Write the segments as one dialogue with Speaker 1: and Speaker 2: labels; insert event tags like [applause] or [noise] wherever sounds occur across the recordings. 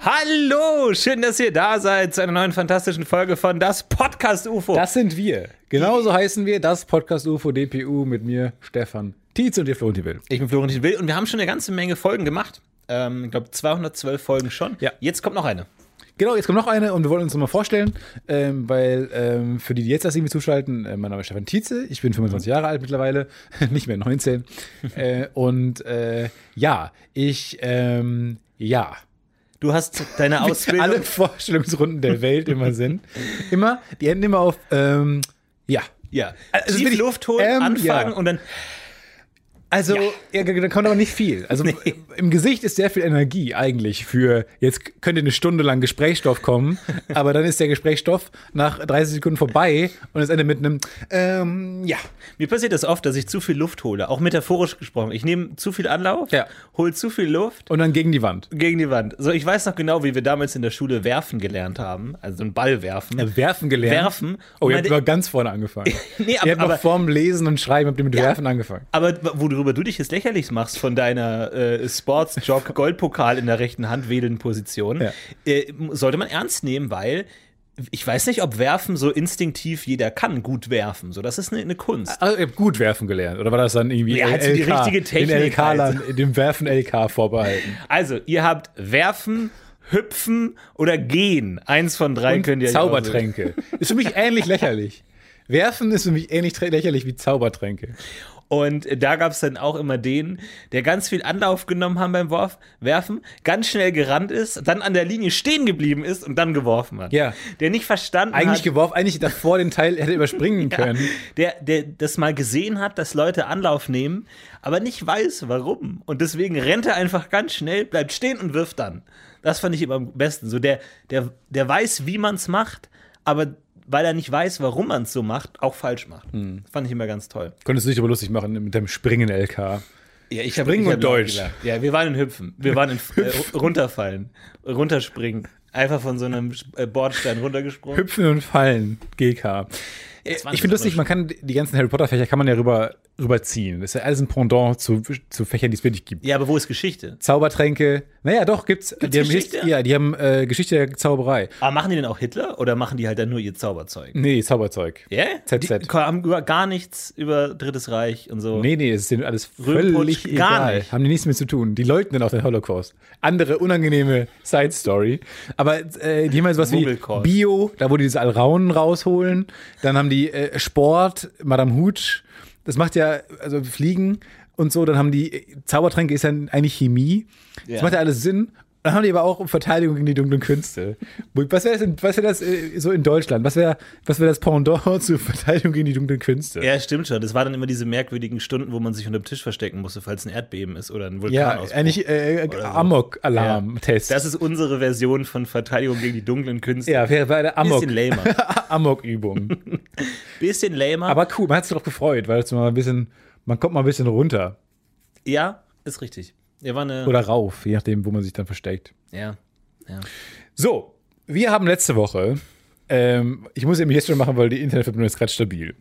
Speaker 1: Hallo, schön, dass ihr da seid zu einer neuen fantastischen Folge von Das Podcast UFO.
Speaker 2: Das sind wir. Genauso heißen wir das Podcast UFO DPU mit mir, Stefan Tietz und dir Flo und die Will.
Speaker 1: ich bin Florentin Will und wir haben schon eine ganze Menge Folgen gemacht. Ähm, ich glaube 212 Folgen schon.
Speaker 2: Ja.
Speaker 1: Jetzt kommt noch eine.
Speaker 2: Genau, jetzt kommt noch eine und wir wollen uns nochmal vorstellen, ähm, weil ähm, für die, die jetzt das irgendwie zuschalten, äh, mein Name ist Stefan Tietze, ich bin 25 Jahre alt mittlerweile, [laughs] nicht mehr 19. äh, und äh, ja, ich, ähm, ja.
Speaker 3: Du hast
Speaker 1: [laughs]
Speaker 3: deine Ausbildung.
Speaker 1: Also
Speaker 2: Alle Vorstellungsrunden der Welt immer sind. Immer, die enden immer auf, ähm, ja.
Speaker 3: ja.
Speaker 2: Also
Speaker 3: Tief
Speaker 2: bin ich-
Speaker 3: Luft holen,
Speaker 2: Ähm,
Speaker 3: anfangen
Speaker 2: ja.
Speaker 3: und dann.
Speaker 2: Also, ja. da kommt aber nicht viel. [laughs] Also, im Gesicht ist sehr viel Energie eigentlich für, jetzt könnte eine Stunde lang Gesprächsstoff [laughs] kommen, aber dann ist der Gesprächsstoff nach 30 Sekunden vorbei und es endet mit einem, ähm, ja.
Speaker 3: Mir passiert das oft, dass ich zu viel Luft hole. Auch metaphorisch gesprochen. Ich nehme zu viel Anlauf,
Speaker 2: Ja.
Speaker 3: hole zu viel Luft
Speaker 2: Und dann gegen die Wand.
Speaker 3: gegen die Wand. So, ich weiß noch genau, wie wir damals in der Schule werfen gelernt haben. Also so einen Ball werfen.
Speaker 2: Werfen gelernt.
Speaker 3: Werfen.
Speaker 2: Oh,
Speaker 3: Und
Speaker 2: ihr habt
Speaker 3: meine-
Speaker 2: aber ganz vorne [laughs] angefangen.
Speaker 3: Nee, aber-
Speaker 2: ihr habt noch
Speaker 3: aber-
Speaker 2: vorm Lesen und Schreiben, habt ihr mit Werfen angefangen.
Speaker 3: Aber worüber du dich jetzt lächerlich machst von deiner äh,
Speaker 2: [laughs]
Speaker 3: Sportsjog-Goldpokal in der rechten Hand wedelnden Position,
Speaker 2: Ja.
Speaker 3: äh, sollte man ernst nehmen, weil ich weiß nicht, ob werfen so instinktiv jeder kann gut werfen. So, das ist eine, eine Kunst.
Speaker 2: Also, ihr habt gut werfen gelernt, oder war das dann irgendwie
Speaker 3: Ja, halt so die richtige Technik
Speaker 2: den LK dann, dem Werfen LK vorbehalten?
Speaker 3: Also, ihr habt werfen, hüpfen oder gehen. Eins von drei könnt ihr euch
Speaker 2: Zaubertränke. Ist für mich ähnlich lächerlich. Werfen ist für mich ähnlich trä- lächerlich wie Zaubertränke.
Speaker 3: Und da gab es dann auch immer den, der ganz viel Anlauf genommen haben beim Wurf, Werfen, ganz schnell gerannt ist, dann an der Linie stehen geblieben ist und dann geworfen hat.
Speaker 2: Ja.
Speaker 3: Der nicht verstanden
Speaker 2: Eigentlich
Speaker 3: hat.
Speaker 2: geworfen, eigentlich davor den Teil hätte überspringen [laughs] können.
Speaker 3: der, der das mal gesehen hat, dass Leute Anlauf nehmen, aber nicht weiß, warum. Und deswegen rennt er einfach ganz schnell, bleibt stehen und wirft dann. Das fand ich immer am besten. So der, der, der weiß, wie man es macht, aber weil er nicht weiß, warum man es so macht, auch falsch macht.
Speaker 2: Hm.
Speaker 3: Fand ich immer ganz toll.
Speaker 2: Konntest du dich aber lustig machen mit deinem springenden LK.
Speaker 3: Ja, ich
Speaker 2: Springen und Deutsch.
Speaker 3: Ja, wir waren in Hüpfen. Wir waren in äh, runterfallen, runterspringen. Einfach von so einem äh, Bordstein runtergesprungen.
Speaker 2: Hüpfen und Fallen, GK. Ich finde lustig, man kann die ganzen Harry Potter Fächer kann man ja rüber, rüberziehen. Das ist ja alles ein Pendant zu, zu Fächern, die es wirklich gibt.
Speaker 3: Ja, aber wo ist Geschichte?
Speaker 2: Zaubertränke, naja, doch, gibt's. die haben
Speaker 3: Geschichte?
Speaker 2: Hist- ja, die haben äh, Geschichte der Zauberei.
Speaker 3: Aber machen die denn auch Hitler oder machen die halt dann nur ihr Zauberzeug?
Speaker 2: Nee, Zauberzeug.
Speaker 3: Yeah?
Speaker 2: ZZ.
Speaker 3: Die haben über gar nichts über Drittes Reich und so.
Speaker 2: Nee, nee, es ist denen alles
Speaker 3: Röhmputsch,
Speaker 2: völlig
Speaker 3: gar
Speaker 2: egal.
Speaker 3: nicht.
Speaker 2: Haben die nichts mit zu tun. Die leugnen auch den Holocaust. Andere unangenehme Side-Story. Aber äh, die haben ja sowas wie
Speaker 3: Mugglecore.
Speaker 2: Bio, da wo die diese Alraunen rausholen. Dann haben die äh, Sport, Madame Hooch. Das macht ja, also Fliegen und so. Dann haben die äh, Zaubertränke, ist dann eigentlich Chemie. Das
Speaker 3: Ja.
Speaker 2: macht ja alles Sinn. Dann haben die aber auch Verteidigung gegen die dunklen Künste. Was wäre das, in- was wär das äh, so in Deutschland? Was wäre was wär das Pendant [laughs] zur Verteidigung gegen die dunklen Künste?
Speaker 3: Ja, stimmt schon. Das war dann immer diese merkwürdigen Stunden, wo man sich unter dem Tisch verstecken musste, falls ein Erdbeben ist oder ein Vulkan
Speaker 2: Ja, eigentlich äh, Amok-Alarm-Test.
Speaker 3: Das ist unsere Version von Verteidigung gegen die dunklen Künste.
Speaker 2: ja, wäre eine Amok-
Speaker 3: Bisschen lamer.
Speaker 2: [laughs] Amok-Übung.
Speaker 3: Bisschen lamer,
Speaker 2: Aber cool, man hat sich doch gefreut, weil es mal ein bisschen, man kommt mal ein bisschen runter
Speaker 3: ja, ist richtig. Ja, war eine.
Speaker 2: oder rauf, je nachdem, wo man sich dann versteckt.
Speaker 3: ja. ja.
Speaker 2: So, wir haben letzte Woche, ähm, ich muss eben jetzt schon machen, weil die Internetverbindung ist gerade stabil.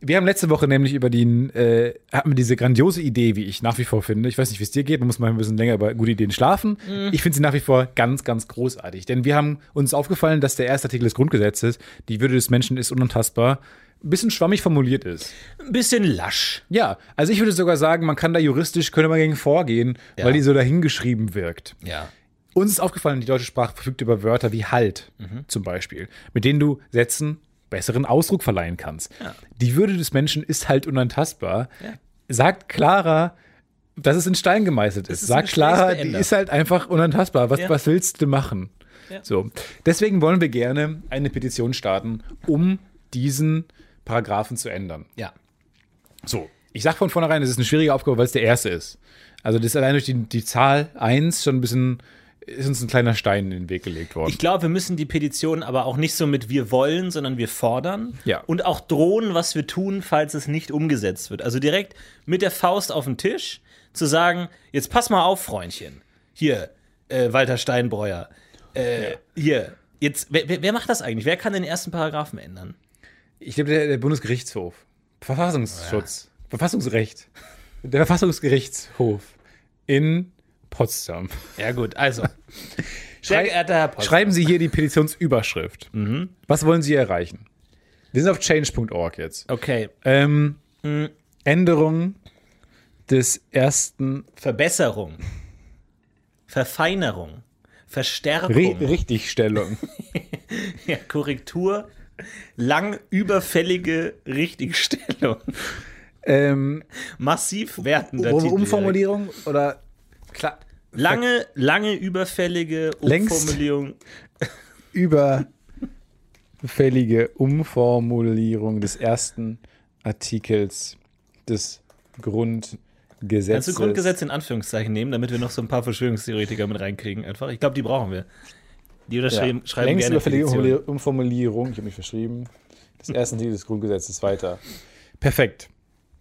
Speaker 2: Wir haben letzte Woche nämlich über den, äh, hatten wir diese grandiose Idee, wie ich nach wie vor finde. Ich weiß nicht, wie es dir geht, man muss mal ein bisschen länger über gute Ideen schlafen. Ich finde sie nach wie vor ganz, ganz großartig. Denn wir haben uns aufgefallen, dass der erste Artikel des Grundgesetzes, die Würde des Menschen ist unantastbar, ein bisschen schwammig formuliert ist.
Speaker 3: Ein bisschen lasch.
Speaker 2: Ja, also ich würde sogar sagen, man kann da juristisch, könnte man gegen vorgehen,
Speaker 3: Ja.
Speaker 2: weil die so dahingeschrieben wirkt.
Speaker 3: Ja.
Speaker 2: Uns ist aufgefallen, die deutsche Sprache verfügt über Wörter wie halt
Speaker 3: Mhm.
Speaker 2: zum Beispiel, mit denen du Sätzen besseren Ausdruck verleihen kannst. Die Würde des Menschen ist halt unantastbar. Sagt klarer, dass es in Stein gemeißelt ist.
Speaker 3: ist
Speaker 2: Sagt
Speaker 3: ein
Speaker 2: klarer, die
Speaker 3: Gesprächsbeender.
Speaker 2: ist halt einfach unantastbar. Was,
Speaker 3: Ja.
Speaker 2: was willst du machen?
Speaker 3: Ja.
Speaker 2: So. Deswegen wollen wir gerne eine Petition starten, um diesen Paragraphen zu ändern.
Speaker 3: Ja.
Speaker 2: So, ich sag von vornherein, das ist eine schwierige Aufgabe, weil es der erste ist. Also das ist allein durch die, die Zahl 1 schon ein bisschen, ist uns ein kleiner Stein in den Weg gelegt worden.
Speaker 3: Ich glaube, wir müssen die Petition aber auch nicht so mit wir wollen, sondern wir fordern
Speaker 2: Ja.
Speaker 3: und auch drohen, was wir tun, falls es nicht umgesetzt wird. Also direkt mit der Faust auf den Tisch zu sagen, jetzt pass mal auf, Freundchen. Hier, äh, Walter Steinbreuer. Äh, Hier, jetzt, wer, wer wer macht das eigentlich? Wer kann den ersten Paragraphen ändern?
Speaker 2: Ich glaube, der, der Bundesgerichtshof. Verfassungsschutz. Verfassungsrecht. Der Verfassungsgerichtshof in Potsdam.
Speaker 3: Ja gut, also. [laughs] Sehr
Speaker 2: Schrei-
Speaker 3: geehrter Herr Post.
Speaker 2: Schreiben Sie hier die Petitionsüberschrift. Was wollen Sie erreichen? Wir sind auf change.org jetzt.
Speaker 3: Okay,
Speaker 2: Ähm, Änderung des ersten
Speaker 3: Verbesserung, Verfeinerung, Verstärkung.
Speaker 2: Ri- Richtigstellung.
Speaker 3: Ja, Korrektur, lang überfällige Richtigstellung.
Speaker 2: ähm,
Speaker 3: Massiv wertender
Speaker 2: Um-
Speaker 3: Titel.
Speaker 2: Umformulierung oder klar,
Speaker 3: Lange, lange überfällige
Speaker 2: Längst.
Speaker 3: Umformulierung.
Speaker 2: überfällige Umformulierung des ersten Artikels des Grundgesetzes.
Speaker 3: Kannst du Grundgesetz in Anführungszeichen nehmen, damit wir noch so ein paar Verschwörungstheoretiker mit reinkriegen einfach? Ich glaube, die brauchen wir. Die
Speaker 2: Ja.
Speaker 3: unterschreiben schreiben
Speaker 2: Längst
Speaker 3: gerne
Speaker 2: überfällige
Speaker 3: Petitionen.
Speaker 2: Umformulier- Umformulierung, ich habe mich verschrieben, des ersten Artikels des Grundgesetzes weiter. Perfekt.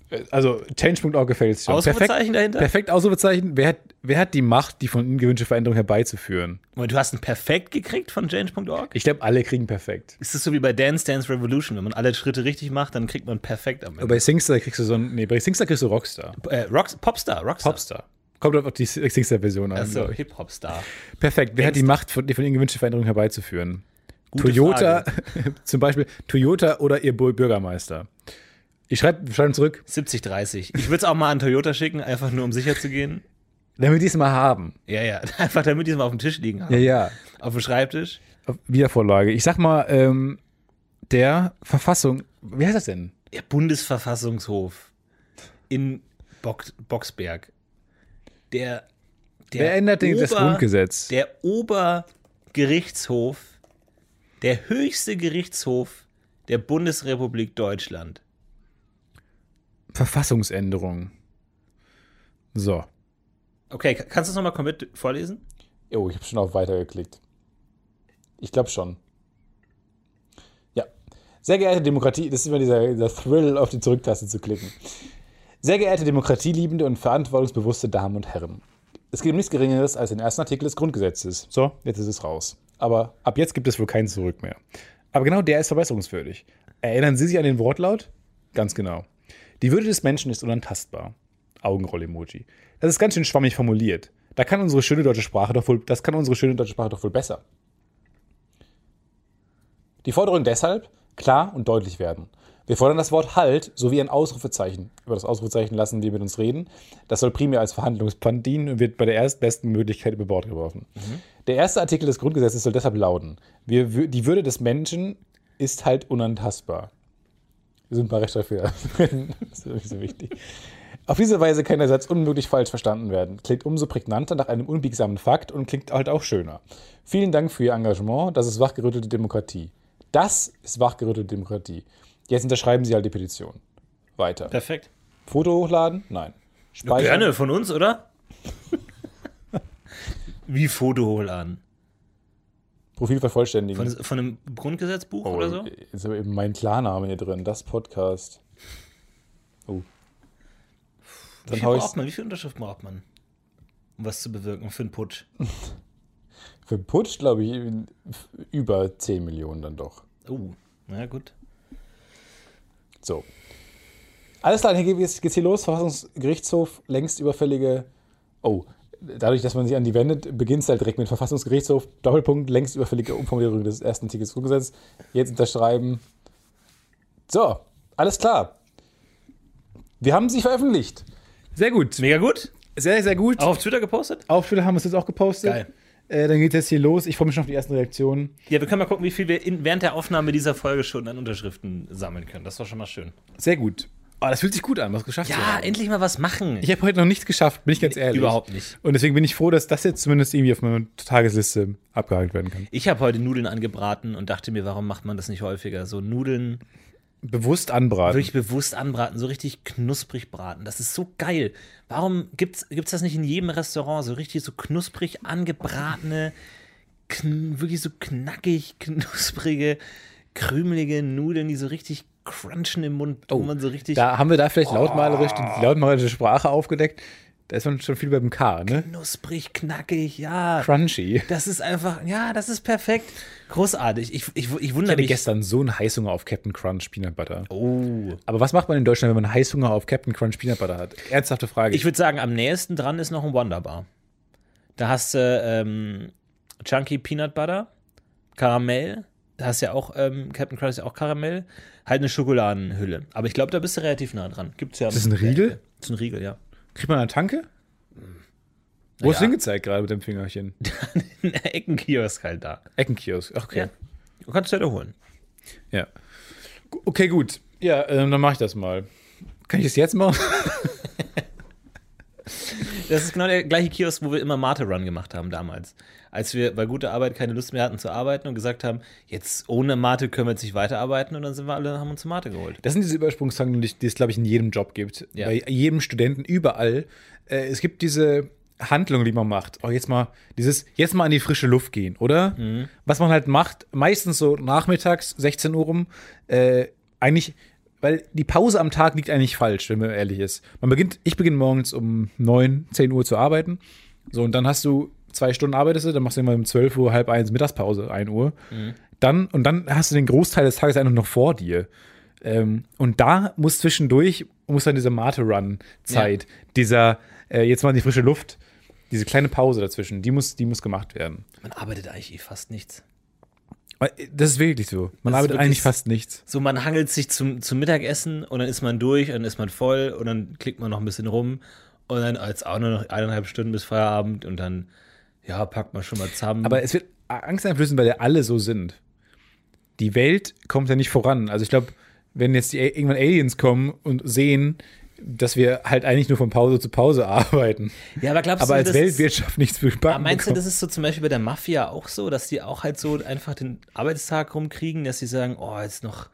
Speaker 2: Äh, Also change.org gefällt es schon.
Speaker 3: Ausrufezeichen
Speaker 2: perfekt,
Speaker 3: dahinter?
Speaker 2: Perfekt, Ausrufezeichen. Wer hat, wer hat die Macht, die von Ihnen gewünschte Veränderung herbeizuführen?
Speaker 3: Moment, Du hast ein Perfekt gekriegt von change.org?
Speaker 2: Ich glaube, alle kriegen perfekt.
Speaker 3: Ist das so wie bei Dance Dance Revolution? Wenn man alle Schritte richtig macht, dann kriegt man Perfekt am Ende.
Speaker 2: Bei Singstar kriegst du so einen, nee, bei Singstar kriegst du Rockstar.
Speaker 3: äh, Rocks, Popstar, Rockstar.
Speaker 2: Popstar. Kommt auf die Singstar-Version an,
Speaker 3: Also
Speaker 2: glaube ich.
Speaker 3: Hip-Hop-Star.
Speaker 2: Perfekt. Wer hat die
Speaker 3: Singstar.
Speaker 2: Macht, von, die von ihnen gewünschte Veränderung herbeizuführen?
Speaker 3: Gute
Speaker 2: Toyota,
Speaker 3: Frage.
Speaker 2: [laughs] zum Beispiel Toyota oder ihr Bu- Bürgermeister. Ich schreibe schreib zurück,
Speaker 3: 70-30. Ich würde es auch mal an Toyota schicken, einfach nur um sicher zu gehen.
Speaker 2: damit die es mal haben.
Speaker 3: Ja, ja. [laughs] Einfach damit die es mal auf dem Tisch liegen haben.
Speaker 2: Ja, ja.
Speaker 3: Auf dem Schreibtisch.
Speaker 2: Auf Wiedervorlage. Ich sag mal, ähm, der Verfassung, wie heißt das denn?
Speaker 3: Der Bundesverfassungshof in Box, Boxberg. Der, der
Speaker 2: Wer ändert den, das
Speaker 3: Ober-
Speaker 2: Grundgesetz?
Speaker 3: Der Obergerichtshof, der höchste Gerichtshof der Bundesrepublik Deutschland.
Speaker 2: Verfassungsänderung. So.
Speaker 3: Okay, ka- kannst du es nochmal komplett vorlesen?
Speaker 2: Oh, ich habe schon auf Weiter geklickt. Ich glaube schon. Ja. Sehr geehrte Demokratie, das ist immer dieser, dieser Thrill, auf die Zurücktaste zu klicken. Sehr geehrte demokratieliebende und verantwortungsbewusste Damen und Herren. Es geht um nichts Geringeres als den ersten Artikel des Grundgesetzes. So, jetzt ist es raus. Aber ab jetzt gibt es wohl keinen Zurück mehr. Aber genau der ist verbesserungswürdig. Erinnern Sie sich an den Wortlaut? Ganz genau. Die Würde des Menschen ist unantastbar. Augenroll-Emoji. Das ist ganz schön schwammig formuliert. Da kann unsere schöne deutsche Sprache doch wohl, das kann unsere schöne deutsche Sprache doch wohl besser. Die Forderung deshalb klar und deutlich werden. Wir fordern das Wort Halt sowie ein Ausrufezeichen. Über das Ausrufezeichen lassen wir mit uns reden. Das soll primär als Verhandlungspfand dienen und wird bei der erstbesten Möglichkeit über Bord geworfen. Der erste Artikel des Grundgesetzes soll deshalb lauten: wir, wü- Die Würde des Menschen ist halt unantastbar. Wir sind bei Rechtschreibfehler. [laughs] das ist wirklich so wichtig. Auf diese Weise kann der Satz unmöglich falsch verstanden werden. Klingt umso prägnanter nach einem unbiegsamen Fakt und klingt halt auch schöner. Vielen Dank für Ihr Engagement. Das ist wachgerüttelte Demokratie. Das ist wachgerüttelte Demokratie. Jetzt unterschreiben Sie halt die Petition. Weiter.
Speaker 3: Perfekt.
Speaker 2: Foto hochladen? Nein. Speichern?
Speaker 3: Gerne von uns, oder? [laughs] Wie Foto hochladen?
Speaker 2: Profil vervollständigen.
Speaker 3: Von, von einem Grundgesetzbuch
Speaker 2: Oh,
Speaker 3: oder so?
Speaker 2: Ist aber eben mein Klarname hier drin. Das Podcast. Oh.
Speaker 3: Wie
Speaker 2: Dann
Speaker 3: viel
Speaker 2: hau ich
Speaker 3: braucht man? Wie viel Unterschrift braucht man? Um was zu bewirken für einen Putsch.
Speaker 2: für Putsch, glaube ich, über 10 Millionen dann doch.
Speaker 3: Oh, na gut.
Speaker 2: So. Alles klar, hier geht's, geht's hier los. Verfassungsgerichtshof, längst überfällige. Oh, dadurch, dass man sich an die wendet, beginnt es halt direkt mit Verfassungsgerichtshof, Doppelpunkt, längst überfällige Umformulierung des ersten Tickets umgesetzt. Jetzt unterschreiben. So, alles klar. Wir haben sie veröffentlicht. Sehr gut.
Speaker 3: Mega gut.
Speaker 2: Sehr, sehr gut.
Speaker 3: Auch auf Twitter gepostet?
Speaker 2: Auf Twitter haben wir es jetzt auch gepostet.
Speaker 3: Geil.
Speaker 2: Äh, dann geht es jetzt hier los. Ich freue mich schon auf die ersten Reaktionen.
Speaker 3: Ja, wir können mal gucken, wie viel wir in, während der Aufnahme dieser Folge schon an Unterschriften sammeln können. Das war schon mal schön.
Speaker 2: Sehr gut. Oh, das fühlt sich gut an, was geschafft zu haben.
Speaker 3: endlich mal was machen.
Speaker 2: Ich habe heute noch nichts geschafft, bin ich ganz ehrlich.
Speaker 3: überhaupt nicht.
Speaker 2: Und deswegen bin ich froh, dass das jetzt zumindest irgendwie auf meiner Tagesliste abgehakt werden kann.
Speaker 3: Ich habe heute Nudeln angebraten und dachte mir, warum macht man das nicht häufiger? So Nudeln
Speaker 2: Bewusst anbraten.
Speaker 3: wirklich bewusst anbraten, so richtig knusprig braten. Das ist so geil. Warum gibt's gibt's das nicht in jedem Restaurant so richtig so knusprig angebratene, kn wirklich so knackig [laughs] knusprige, krümelige Nudeln, die so richtig crunchen im Mund, wo man so richtig
Speaker 2: Oh, Da haben wir da vielleicht lautmalerisch die lautmalerische Sprache aufgedeckt. Da ist man schon viel beim K, ne?
Speaker 3: knusprig, knackig, ja.
Speaker 2: Crunchy.
Speaker 3: Das ist einfach, ja, das ist perfekt. Großartig. Ich, ich, ich
Speaker 2: Ich
Speaker 3: wundere
Speaker 2: hatte
Speaker 3: mich.
Speaker 2: gestern so einen Heißhunger auf Captain Crunch Peanut Butter.
Speaker 3: oh.
Speaker 2: Aber was macht man in Deutschland, wenn man Heißhunger auf Captain Crunch Peanut Butter hat? Ernsthafte Frage.
Speaker 3: Ich würde sagen, am nächsten dran ist noch ein Wonderbar. Da hast du ähm, Chunky Peanut Butter, Karamell. Da hast du ja auch, ähm, Captain Crunch ist ja auch Karamell. Halt eine Schokoladenhülle. Aber ich glaube, da bist du relativ nah dran. Gibt's ja.
Speaker 2: das ein Riegel?
Speaker 3: Das ist ein Riegel, ja. [laughs]
Speaker 2: Kriegt man eine Tanke? Wo hast du
Speaker 3: Hm. Naja.
Speaker 2: hingezeigt gerade mit
Speaker 3: [laughs]
Speaker 2: dem Fingerchen?
Speaker 3: ein Eckenkiosk halt da.
Speaker 2: Eckenkiosk. Ach, Okay.
Speaker 3: Ja. Du kannst ja da holen.
Speaker 2: Ja. Gu- Okay, gut. Ja, ähm, dann mache ich das mal. Kann ich das jetzt machen?
Speaker 3: Das ist genau der gleiche Kiosk, wo wir immer Mate Run gemacht haben damals. Als wir bei guter Arbeit keine Lust mehr hatten zu arbeiten und gesagt haben, jetzt ohne Mate können wir jetzt nicht weiterarbeiten und dann sind wir alle, haben uns Mate geholt.
Speaker 2: Das sind diese Übersprungshandlungen, die, die es, glaube ich, in jedem Job gibt.
Speaker 3: Ja.
Speaker 2: Bei jedem Studenten, überall. Äh, es gibt diese Handlung, die man macht. Oh, jetzt mal dieses, jetzt mal in die frische Luft gehen, oder? Was man halt macht, meistens so nachmittags, 16 Uhr rum, äh, eigentlich, weil die Pause am Tag liegt eigentlich falsch, wenn man ehrlich ist. Man beginnt, ich beginne morgens um 9, 10 Uhr zu arbeiten. So, und dann hast du zwei Stunden arbeitest du, dann machst du immer um 12 Uhr, halb eins Mittagspause, 1 Uhr. Dann, und dann hast du den Großteil des Tages einfach noch vor dir. Ähm, und da muss zwischendurch, muss dann diese Mate-Run-Zeit, dieser, äh, jetzt mal in die frische Luft, diese kleine Pause dazwischen, die muss, die muss gemacht werden.
Speaker 3: Man arbeitet eigentlich eh fast nichts.
Speaker 2: Weil, äh, Das ist wirklich so. Man
Speaker 3: Das ist
Speaker 2: arbeitet
Speaker 3: wirklich-
Speaker 2: eigentlich fast nichts.
Speaker 3: So, man hangelt sich zum, zum Mittagessen und dann ist man durch und dann ist man voll und dann klickt man noch ein bisschen rum und dann jetzt auch nur noch eineinhalb Stunden bis Feierabend und dann, ja, packt man schon mal zusammen.
Speaker 2: Aber es wird angsteinflößend, weil ja alle so sind. Die Welt kommt ja nicht voran. Also ich glaube, wenn jetzt die, irgendwann Aliens kommen und sehen, dass wir halt eigentlich nur von Pause zu Pause [laughs] arbeiten,
Speaker 3: ja, aber glaubst
Speaker 2: aber
Speaker 3: du,
Speaker 2: als
Speaker 3: das
Speaker 2: Weltwirtschaft nichts für
Speaker 3: Aber meinst du, das ist so zum Beispiel bei der Mafia auch so, dass die auch halt so einfach den Arbeitstag rumkriegen, dass sie sagen, oh, jetzt noch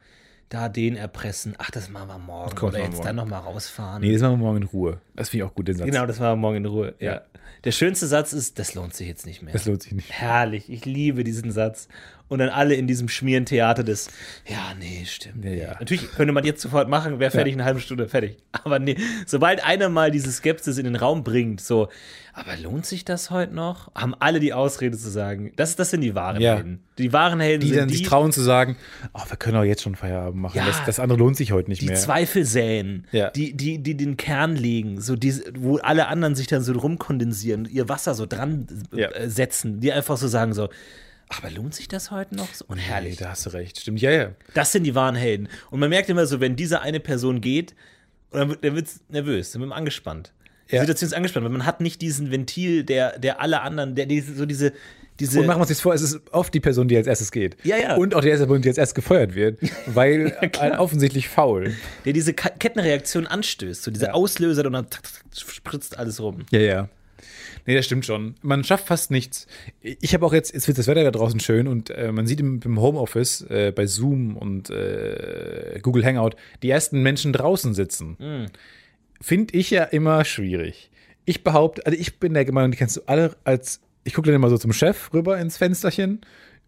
Speaker 3: da den erpressen, ach, das machen wir morgen.
Speaker 2: kommt
Speaker 3: Oder
Speaker 2: mal
Speaker 3: jetzt
Speaker 2: morgen.
Speaker 3: dann nochmal rausfahren.
Speaker 2: Nee, das machen wir morgen in Ruhe. Das finde ich auch gut, den Satz.
Speaker 3: Genau, das war morgen in Ruhe. Ja. Der schönste Satz ist, das lohnt sich jetzt nicht mehr.
Speaker 2: Das lohnt sich nicht.
Speaker 3: Herrlich, ich liebe diesen Satz. Und dann alle in diesem Schmierentheater des, ja, nee, stimmt.
Speaker 2: Ja,
Speaker 3: nee.
Speaker 2: ja.
Speaker 3: Natürlich könnte man jetzt sofort machen, wäre fertig in einer halben Stunde, fertig. Aber nee, sobald einer mal diese Skepsis in den Raum bringt, so, aber lohnt sich das heute noch? Haben alle die Ausrede zu sagen. Das, das sind die wahren
Speaker 2: Ja.
Speaker 3: Helden. Die wahren Helden
Speaker 2: Die
Speaker 3: sind
Speaker 2: dann
Speaker 3: die,
Speaker 2: sich trauen zu sagen, oh, wir können auch jetzt schon Feierabend machen.
Speaker 3: Ja.
Speaker 2: Das, das andere lohnt sich heute nicht
Speaker 3: die
Speaker 2: mehr.
Speaker 3: Zweifel säen,
Speaker 2: Ja.
Speaker 3: die, die, die den Kern legen, so die, wo alle anderen sich dann so rumkondensieren, ihr Wasser so dran äh,
Speaker 2: Ja.
Speaker 3: äh, setzen, die einfach so sagen so, aber lohnt sich das heute noch? So, und
Speaker 2: nee,
Speaker 3: herrlich.
Speaker 2: da hast du recht. Stimmt, ja, ja.
Speaker 3: Das sind die wahren Helden. Und man merkt immer so, wenn diese eine Person geht, und dann wird es nervös, dann wird man angespannt. Die
Speaker 2: Ja.
Speaker 3: Situation ist angespannt, weil man hat nicht diesen Ventil, der, der alle anderen, der diese, so diese, diese
Speaker 2: Und machen wir uns jetzt vor, es ist oft die Person, die als erstes geht.
Speaker 3: Ja, ja.
Speaker 2: Und auch die erste Person, die als erstes
Speaker 3: [laughs]
Speaker 2: gefeuert wird, weil äh, offensichtlich faul.
Speaker 3: der diese Ka- Kettenreaktion anstößt, so diese
Speaker 2: Ja.
Speaker 3: Auslöser und dann tak, tak, tak, spritzt alles rum.
Speaker 2: Ja, ja. Nee, das stimmt schon. Man schafft fast nichts. Ich habe auch jetzt, jetzt wird das Wetter da draußen schön und äh, man sieht im, im Homeoffice äh, bei Zoom und äh, Google Hangout die ersten Menschen draußen sitzen. Finde ich ja immer schwierig. Ich behaupte, also ich bin der Meinung, die kannst du alle als, ich gucke dann immer so zum Chef rüber ins Fensterchen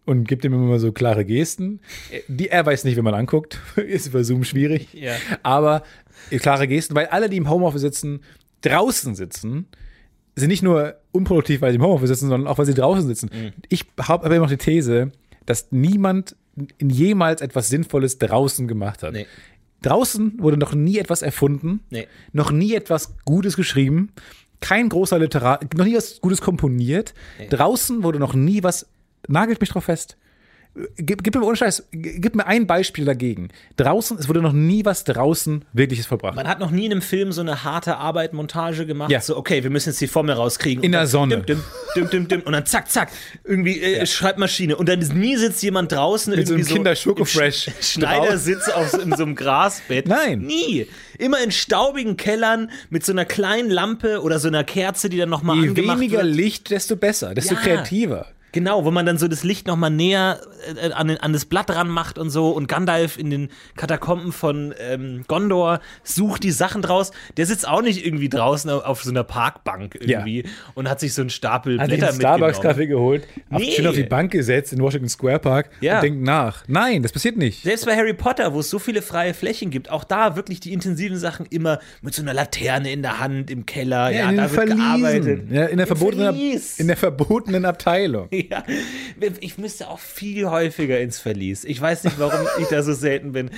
Speaker 2: und gebe dem immer so klare Gesten. Äh, Die, er weiß nicht, wenn man anguckt. [laughs] Ist über Zoom schwierig.
Speaker 3: Ja.
Speaker 2: Aber äh, klare Gesten, weil alle, die im Homeoffice sitzen, draußen sitzen, sind nicht nur unproduktiv, weil sie im Homeoffice sitzen, sondern auch, weil sie draußen sitzen.
Speaker 3: Mhm.
Speaker 2: Ich habe aber immer noch die These, dass niemand in jemals etwas Sinnvolles draußen gemacht hat.
Speaker 3: Nee.
Speaker 2: Draußen wurde noch nie etwas erfunden,
Speaker 3: Nee.
Speaker 2: noch nie etwas Gutes geschrieben, kein großer Literat, noch nie was Gutes komponiert. Draußen wurde noch nie was, nagelt mich drauf fest. Gib, gib mir ohne Scheiß, g- gib mir ein Beispiel dagegen. Draußen, es wurde noch nie was draußen Wirkliches verbracht.
Speaker 3: Man hat noch nie in einem Film so eine harte Arbeit, Montage gemacht.
Speaker 2: Ja.
Speaker 3: So, okay, wir müssen jetzt die Formel rauskriegen.
Speaker 2: In
Speaker 3: Und
Speaker 2: der
Speaker 3: dann
Speaker 2: Sonne.
Speaker 3: Dim, dim, dim, dim, dim, und dann zack, zack. Irgendwie äh, Schreibmaschine. Und dann ist, nie sitzt jemand draußen
Speaker 2: Mit so
Speaker 3: irgendwie
Speaker 2: einem
Speaker 3: [laughs]
Speaker 2: Kinder-Schokofresh
Speaker 3: im Sch- Schneider
Speaker 2: draußen.
Speaker 3: sitzt auf, so- in so einem Grasbett.
Speaker 2: Nein.
Speaker 3: Nie. Immer in staubigen Kellern mit so einer kleinen Lampe oder so einer Kerze, die dann nochmal
Speaker 2: Je
Speaker 3: angemacht
Speaker 2: weniger
Speaker 3: wird.
Speaker 2: Licht, desto besser, desto
Speaker 3: Ja.
Speaker 2: kreativer.
Speaker 3: Genau, wo man dann so das Licht nochmal näher äh, an, den, an das Blatt ranmacht und so. Und Gandalf in den Katakomben von ähm, Gondor sucht die Sachen draus. Der sitzt auch nicht irgendwie draußen au- auf so einer Parkbank irgendwie und hat sich so einen Stapel
Speaker 2: Hat sich
Speaker 3: Blätter
Speaker 2: einen
Speaker 3: mitgenommen.
Speaker 2: Starbucks-Kaffee geholt, hat
Speaker 3: Nee.
Speaker 2: schön auf die Bank gesetzt in Washington Square Park
Speaker 3: Ja.
Speaker 2: und denkt nach. Nein, das passiert nicht.
Speaker 3: Selbst bei Harry Potter, wo es so viele freie Flächen gibt, auch da wirklich die intensiven Sachen immer mit so einer Laterne in der Hand im Keller. Ja,
Speaker 2: in
Speaker 3: da
Speaker 2: den
Speaker 3: wird gearbeitet.
Speaker 2: Verliesen. Ja, in, der
Speaker 3: Im
Speaker 2: verbotenen, Ab-
Speaker 3: Verlies.
Speaker 2: in der verbotenen Abteilung.
Speaker 3: Ja, ich müsste auch viel häufiger ins Verlies. Ich weiß nicht,
Speaker 2: [laughs]
Speaker 3: warum ich da so selten bin.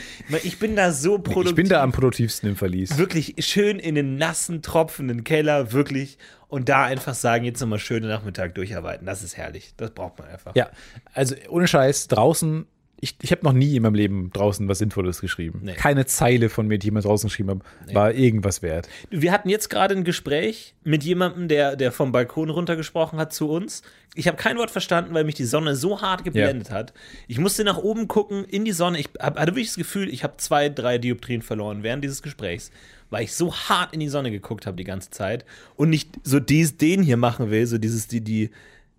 Speaker 3: Ich bin da so produktiv.
Speaker 2: Ich bin da am produktivsten im Verlies.
Speaker 3: wirklich schön in den nassen, tropfenden Keller, wirklich. Und da einfach sagen, jetzt nochmal schöne Nachmittag durcharbeiten. Das ist herrlich. Das braucht man einfach.
Speaker 2: Ja, also ohne Scheiß, draußen, ich, ich habe noch nie in meinem Leben draußen was Sinnvolles geschrieben.
Speaker 3: Nee.
Speaker 2: Keine Zeile von mir, die ich mal draußen geschrieben habe, war irgendwas wert.
Speaker 3: Wir hatten jetzt gerade ein Gespräch mit jemandem, der, der vom Balkon runtergesprochen hat zu uns. Ich habe kein Wort verstanden, weil mich die Sonne so hart geblendet hat. Ich musste nach oben gucken, in die Sonne. Ich hab, hatte wirklich das Gefühl, ich habe zwei, drei Dioptrien verloren während dieses Gesprächs, weil ich so hart in die Sonne geguckt habe die ganze Zeit und nicht so dies, den hier machen will, so dieses, die, die,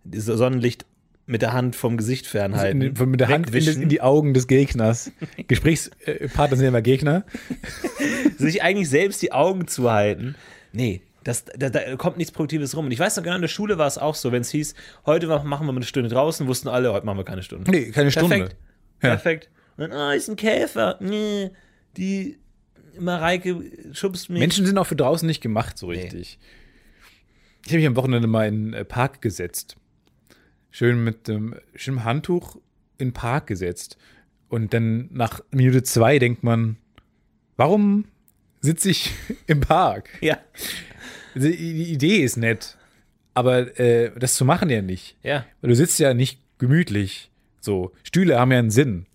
Speaker 3: dieses Sonnenlicht mit der Hand vom Gesicht fernhalten.
Speaker 2: In, von, Also mit der Hand in,
Speaker 3: wegwischen.
Speaker 2: den- in die Augen des [laughs] Gegners. Gesprächspartner sind ja immer Gegner.
Speaker 3: sich eigentlich selbst die Augen zu halten. Nee, das, da, da kommt nichts Produktives rum. Und ich weiß noch genau, in der Schule war es auch so, wenn es hieß, heute wa- machen wir mal eine Stunde draußen, wussten alle, heute machen wir keine Stunde.
Speaker 2: Nee, keine Stunde.
Speaker 3: Perfekt. Perfekt. Und dann, oh, ist ein Käfer. Nee, die Mareike schubst mich.
Speaker 2: Menschen sind auch für draußen nicht gemacht, so richtig. Ich habe mich am Wochenende mal in den Park gesetzt. Schön mit dem schönem Handtuch in den Park gesetzt. Und dann nach Minute zwei denkt man, warum sitze ich [laughs] im Park?
Speaker 3: Ja,
Speaker 2: Also, Die die Idee ist nett, aber äh, das zu machen ja nicht.
Speaker 3: ja.
Speaker 2: Weil Du sitzt ja nicht gemütlich. So, Stühle haben ja einen Sinn.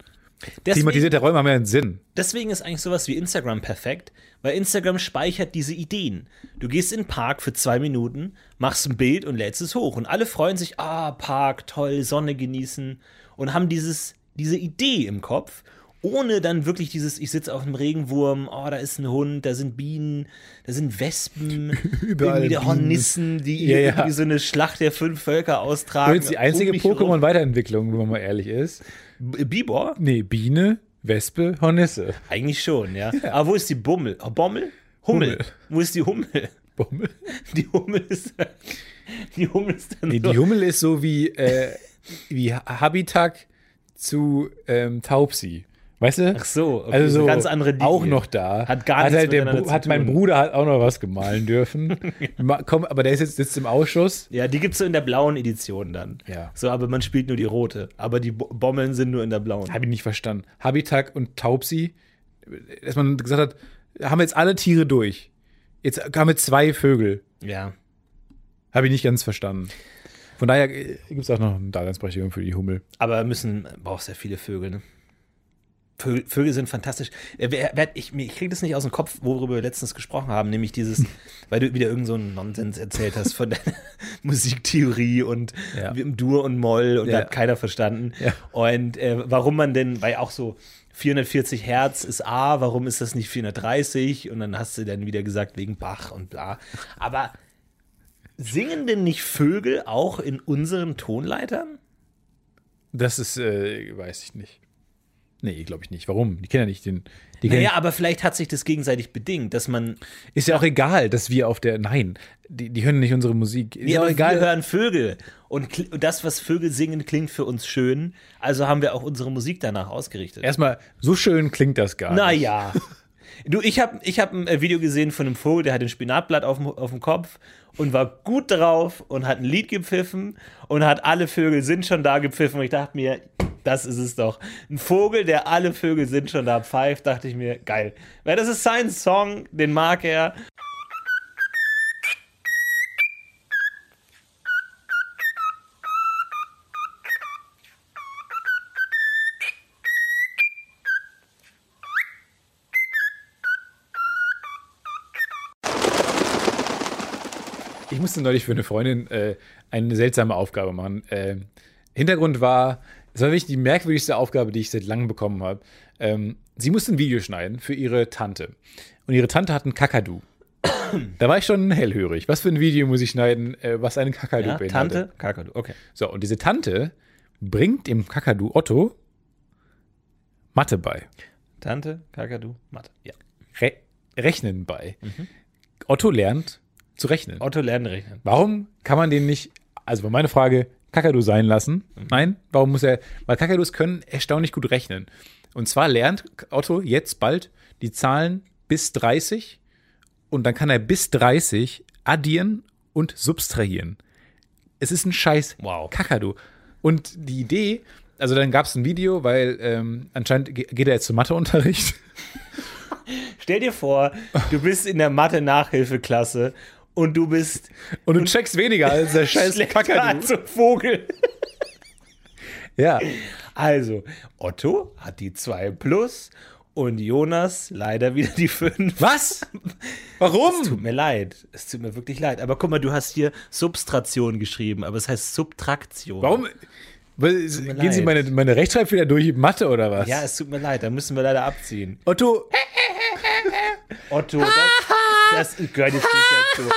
Speaker 3: Deswegen,
Speaker 2: Klimatisierte Räume haben ja einen Sinn.
Speaker 3: deswegen ist eigentlich sowas wie Instagram perfekt, weil Instagram speichert diese Ideen. Du gehst in den Park für zwei Minuten, machst ein Bild und lädst es hoch. Und alle freuen sich, ah, Park, toll, Sonne genießen und haben dieses, diese Idee im Kopf, ohne dann wirklich dieses, ich sitze auf einem Regenwurm, oh, da ist ein Hund, da sind Bienen, da sind
Speaker 2: [laughs]
Speaker 3: Wespen,
Speaker 2: Überall
Speaker 3: irgendwie der
Speaker 2: Bienen.
Speaker 3: Hornissen, die
Speaker 2: Ja, ja.
Speaker 3: irgendwie so eine Schlacht der fünf Völker austragen. Um
Speaker 2: Übrigens die einzige
Speaker 3: mich rum.
Speaker 2: Pokémon-Weiterentwicklung, wenn man mal ehrlich ist.
Speaker 3: Bibor?
Speaker 2: Nee, Biene, Wespe, Hornisse.
Speaker 3: Eigentlich schon, ja. Aber wo ist die Bummel? Oh, Bommel? Hummel.
Speaker 2: Hummel.
Speaker 3: Wo ist die Hummel? [laughs]
Speaker 2: Bommel.
Speaker 3: Die Hummel ist, die Hummel ist dann
Speaker 2: Nee,
Speaker 3: so.
Speaker 2: die Hummel ist so wie, äh, wie Habitak zu ähm, Taubsi. Weißt du?
Speaker 3: Ach so, okay,
Speaker 2: also
Speaker 3: so
Speaker 2: so
Speaker 3: ganz andere Linie.
Speaker 2: Auch noch da.
Speaker 3: Hat gar nichts
Speaker 2: halt der
Speaker 3: miteinander
Speaker 2: Bru-
Speaker 3: zu
Speaker 2: Hat mein
Speaker 3: tun.
Speaker 2: Bruder hat auch noch was
Speaker 3: [laughs]
Speaker 2: gemahlen dürfen. Ma- Komm, aber der ist jetzt, sitzt im Ausschuss.
Speaker 3: Ja, die gibt es so in der blauen Edition dann.
Speaker 2: Ja.
Speaker 3: So, aber man spielt nur die rote. Aber die Bo- Bommeln sind nur in der blauen.
Speaker 2: Habe ich nicht verstanden. Habitak und Taubsi, dass man gesagt hat, haben jetzt alle Tiere durch. Jetzt haben wir zwei Vögel.
Speaker 3: Ja.
Speaker 2: Habe ich nicht ganz verstanden. Von daher gibt es auch noch eine Daseinsberechtigung für die Hummel.
Speaker 3: Aber müssen, brauchst ja viele Vögel, ne? Vögel, Vögel sind fantastisch. Äh, wer- wer- Ich, mir- ich kriege das nicht aus dem Kopf, worüber wir letztens gesprochen haben, nämlich dieses,
Speaker 2: [laughs]
Speaker 3: weil du wieder irgend so einen Nonsens erzählt hast von deiner Musiktheorie und
Speaker 2: Ja.
Speaker 3: im Dur und Moll und
Speaker 2: Ja.
Speaker 3: da hat keiner verstanden.
Speaker 2: Ja.
Speaker 3: Und äh, warum man denn, weil auch so 440 Hertz ist A, warum ist das nicht 430? Und dann hast du dann wieder gesagt, wegen Bach und bla. Aber singen denn nicht Vögel auch in unseren Tonleitern?
Speaker 2: Das ist, äh, weiß ich nicht. Nee, glaube ich nicht. Warum? Die kennen ja nicht den. Die kennen,
Speaker 3: Naja, aber vielleicht hat sich das gegenseitig bedingt, dass man.
Speaker 2: ist ja auch egal, dass wir auf der. Nein, die, die hören nicht unsere Musik. Ist
Speaker 3: Nee,
Speaker 2: auch
Speaker 3: aber
Speaker 2: egal.
Speaker 3: wir hören Vögel. Und, kl- und das, was Vögel singen, klingt für uns schön. Also haben wir auch unsere Musik danach ausgerichtet.
Speaker 2: Erstmal, so schön klingt das gar nicht. [laughs]
Speaker 3: Naja. Du, ich habe ich hab ein äh, Video gesehen von einem Vogel, der hat ein Spinatblatt auf dem, auf dem Kopf und war gut drauf und hat ein Lied gepfiffen und hat alle Vögel sind schon da gepfiffen. Und ich dachte mir, das ist es doch. Ein Vogel, der alle Vögel sind schon da pfeift, dachte ich mir, geil. Weil das ist sein Song, den mag er.
Speaker 2: Ich musste neulich für eine Freundin äh, eine seltsame Aufgabe machen. Ähm, Hintergrund war, es war wirklich die merkwürdigste Aufgabe, die ich seit langem bekommen habe. Ähm, sie musste ein Video schneiden für ihre Tante. Und ihre Tante hat einen Kakadu. da war ich schon hellhörig. Was für ein Video muss ich schneiden, äh, was einen Kakadu
Speaker 3: Ja,
Speaker 2: beinhaltet?
Speaker 3: Tante? Kakadu, okay.
Speaker 2: So, und diese Tante bringt dem Kakadu Otto Mathe bei.
Speaker 3: Tante, Kakadu, Mathe. Ja.
Speaker 2: Re Rechnen bei. Otto lernt zu rechnen.
Speaker 3: Otto lernen rechnen.
Speaker 2: Warum kann man den nicht, also war meine Frage, Kakadu sein lassen?
Speaker 3: Mhm.
Speaker 2: Nein, warum muss er, weil Kakadus können erstaunlich gut rechnen. Und zwar lernt Otto jetzt bald die Zahlen bis 30 und dann kann er bis 30 addieren und subtrahieren. Es ist ein scheiß
Speaker 3: Wow.
Speaker 2: Kakadu. Und die Idee, also dann gab es ein Video, weil ähm, anscheinend ge- geht er jetzt zum Matheunterricht. [laughs]
Speaker 3: Stell dir vor, du bist in der Mathe-Nachhilfeklasse und du bist
Speaker 2: Und du checkst weniger als
Speaker 3: [laughs]
Speaker 2: der scheiß
Speaker 3: schlechter
Speaker 2: Kakadu.
Speaker 3: als ein Vogel.
Speaker 2: Ja.
Speaker 3: Also, Otto hat die 2 plus und Jonas leider wieder die 5.
Speaker 2: Was?
Speaker 3: Es
Speaker 2: Warum?
Speaker 3: tut mir leid. Es tut mir wirklich leid. Aber guck mal, du hast hier Subtraktion geschrieben, aber es heißt Subtraktion.
Speaker 2: Warum? Weil,
Speaker 3: mir
Speaker 2: gehen Sie
Speaker 3: leid.
Speaker 2: meine, meine Rechtschreibfehler durch in Mathe oder was?
Speaker 3: Ja, es tut mir leid, da müssen wir leider abziehen.
Speaker 2: Otto,
Speaker 1: Äh,
Speaker 2: [laughs]
Speaker 3: Otto, das, das gehört jetzt nicht dazu.
Speaker 1: plus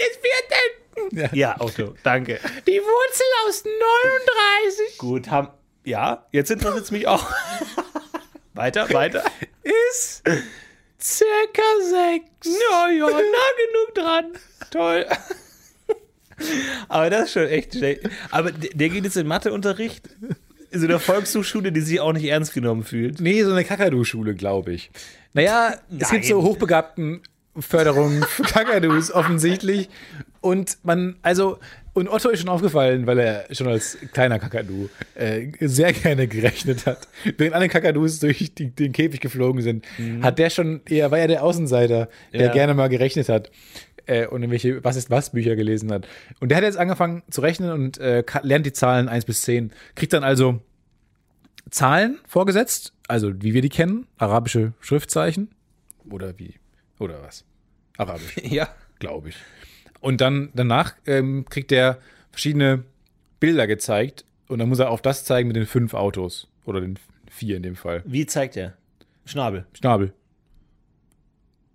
Speaker 1: 9 ist 14.
Speaker 3: Ja, Otto, danke.
Speaker 1: Die Wurzel aus 39.
Speaker 3: Gut, haben. Ja, jetzt interessiert es mich auch. weiter, weiter.
Speaker 2: ist
Speaker 1: Circa 6. Ja, ja, nah genug dran.
Speaker 3: Toll. Aber das ist schon echt schlecht. Aber d- der geht jetzt in Matheunterricht in so einer Volkshochschule, die sich auch nicht ernst genommen fühlt.
Speaker 2: nee so eine Kakadu-Schule, glaube ich. Naja, es gibt so
Speaker 3: Nein.
Speaker 2: hochbegabten Förderungen für Kakadus offensichtlich. Und man, also, und Otto ist schon aufgefallen, weil er schon als kleiner Kakadu äh, sehr gerne gerechnet hat. Während alle Kakadus durch die, den Käfig geflogen sind, hat der schon eher, war ja der Außenseiter, der
Speaker 3: Ja.
Speaker 2: gerne mal gerechnet hat. äh, und irgendwelche Was ist was Bücher gelesen hat. Und der hat jetzt angefangen zu rechnen und äh, ka- lernt die Zahlen 1 bis 10. Kriegt dann also Zahlen vorgesetzt, also wie wir die kennen, arabische Schriftzeichen oder wie oder was? Arabisch, [laughs]
Speaker 3: Ja.
Speaker 2: glaube ich. Und dann danach ähm, kriegt er verschiedene Bilder gezeigt und dann muss er auf das zeigen mit den fünf Autos oder den vier in dem Fall.
Speaker 3: Wie zeigt er? Schnabel.
Speaker 2: Schnabel.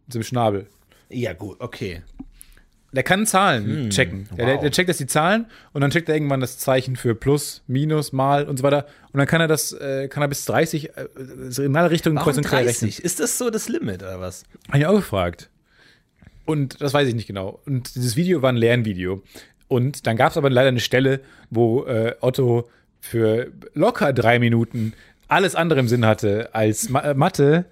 Speaker 2: Mit dem Schnabel.
Speaker 3: Ja, gut, okay.
Speaker 2: Der kann Zahlen checken. Der, der,
Speaker 3: Hm. wow.
Speaker 2: der checkt erst die Zahlen und dann checkt er irgendwann das Zeichen für Plus, Minus, Mal und so weiter. Und dann kann er das, äh, kann er bis 30 äh, so in alle Richtungen kreuz
Speaker 3: Warum
Speaker 2: und quer rechnen.
Speaker 3: 30? Ist das so das Limit oder was?
Speaker 2: Habe ich auch gefragt. Und das weiß ich nicht genau. Und dieses Video war ein Lernvideo. Und dann gab es aber leider eine Stelle, wo äh, Otto für locker drei Minuten alles andere im Sinn hatte als Ma äh, Mathe.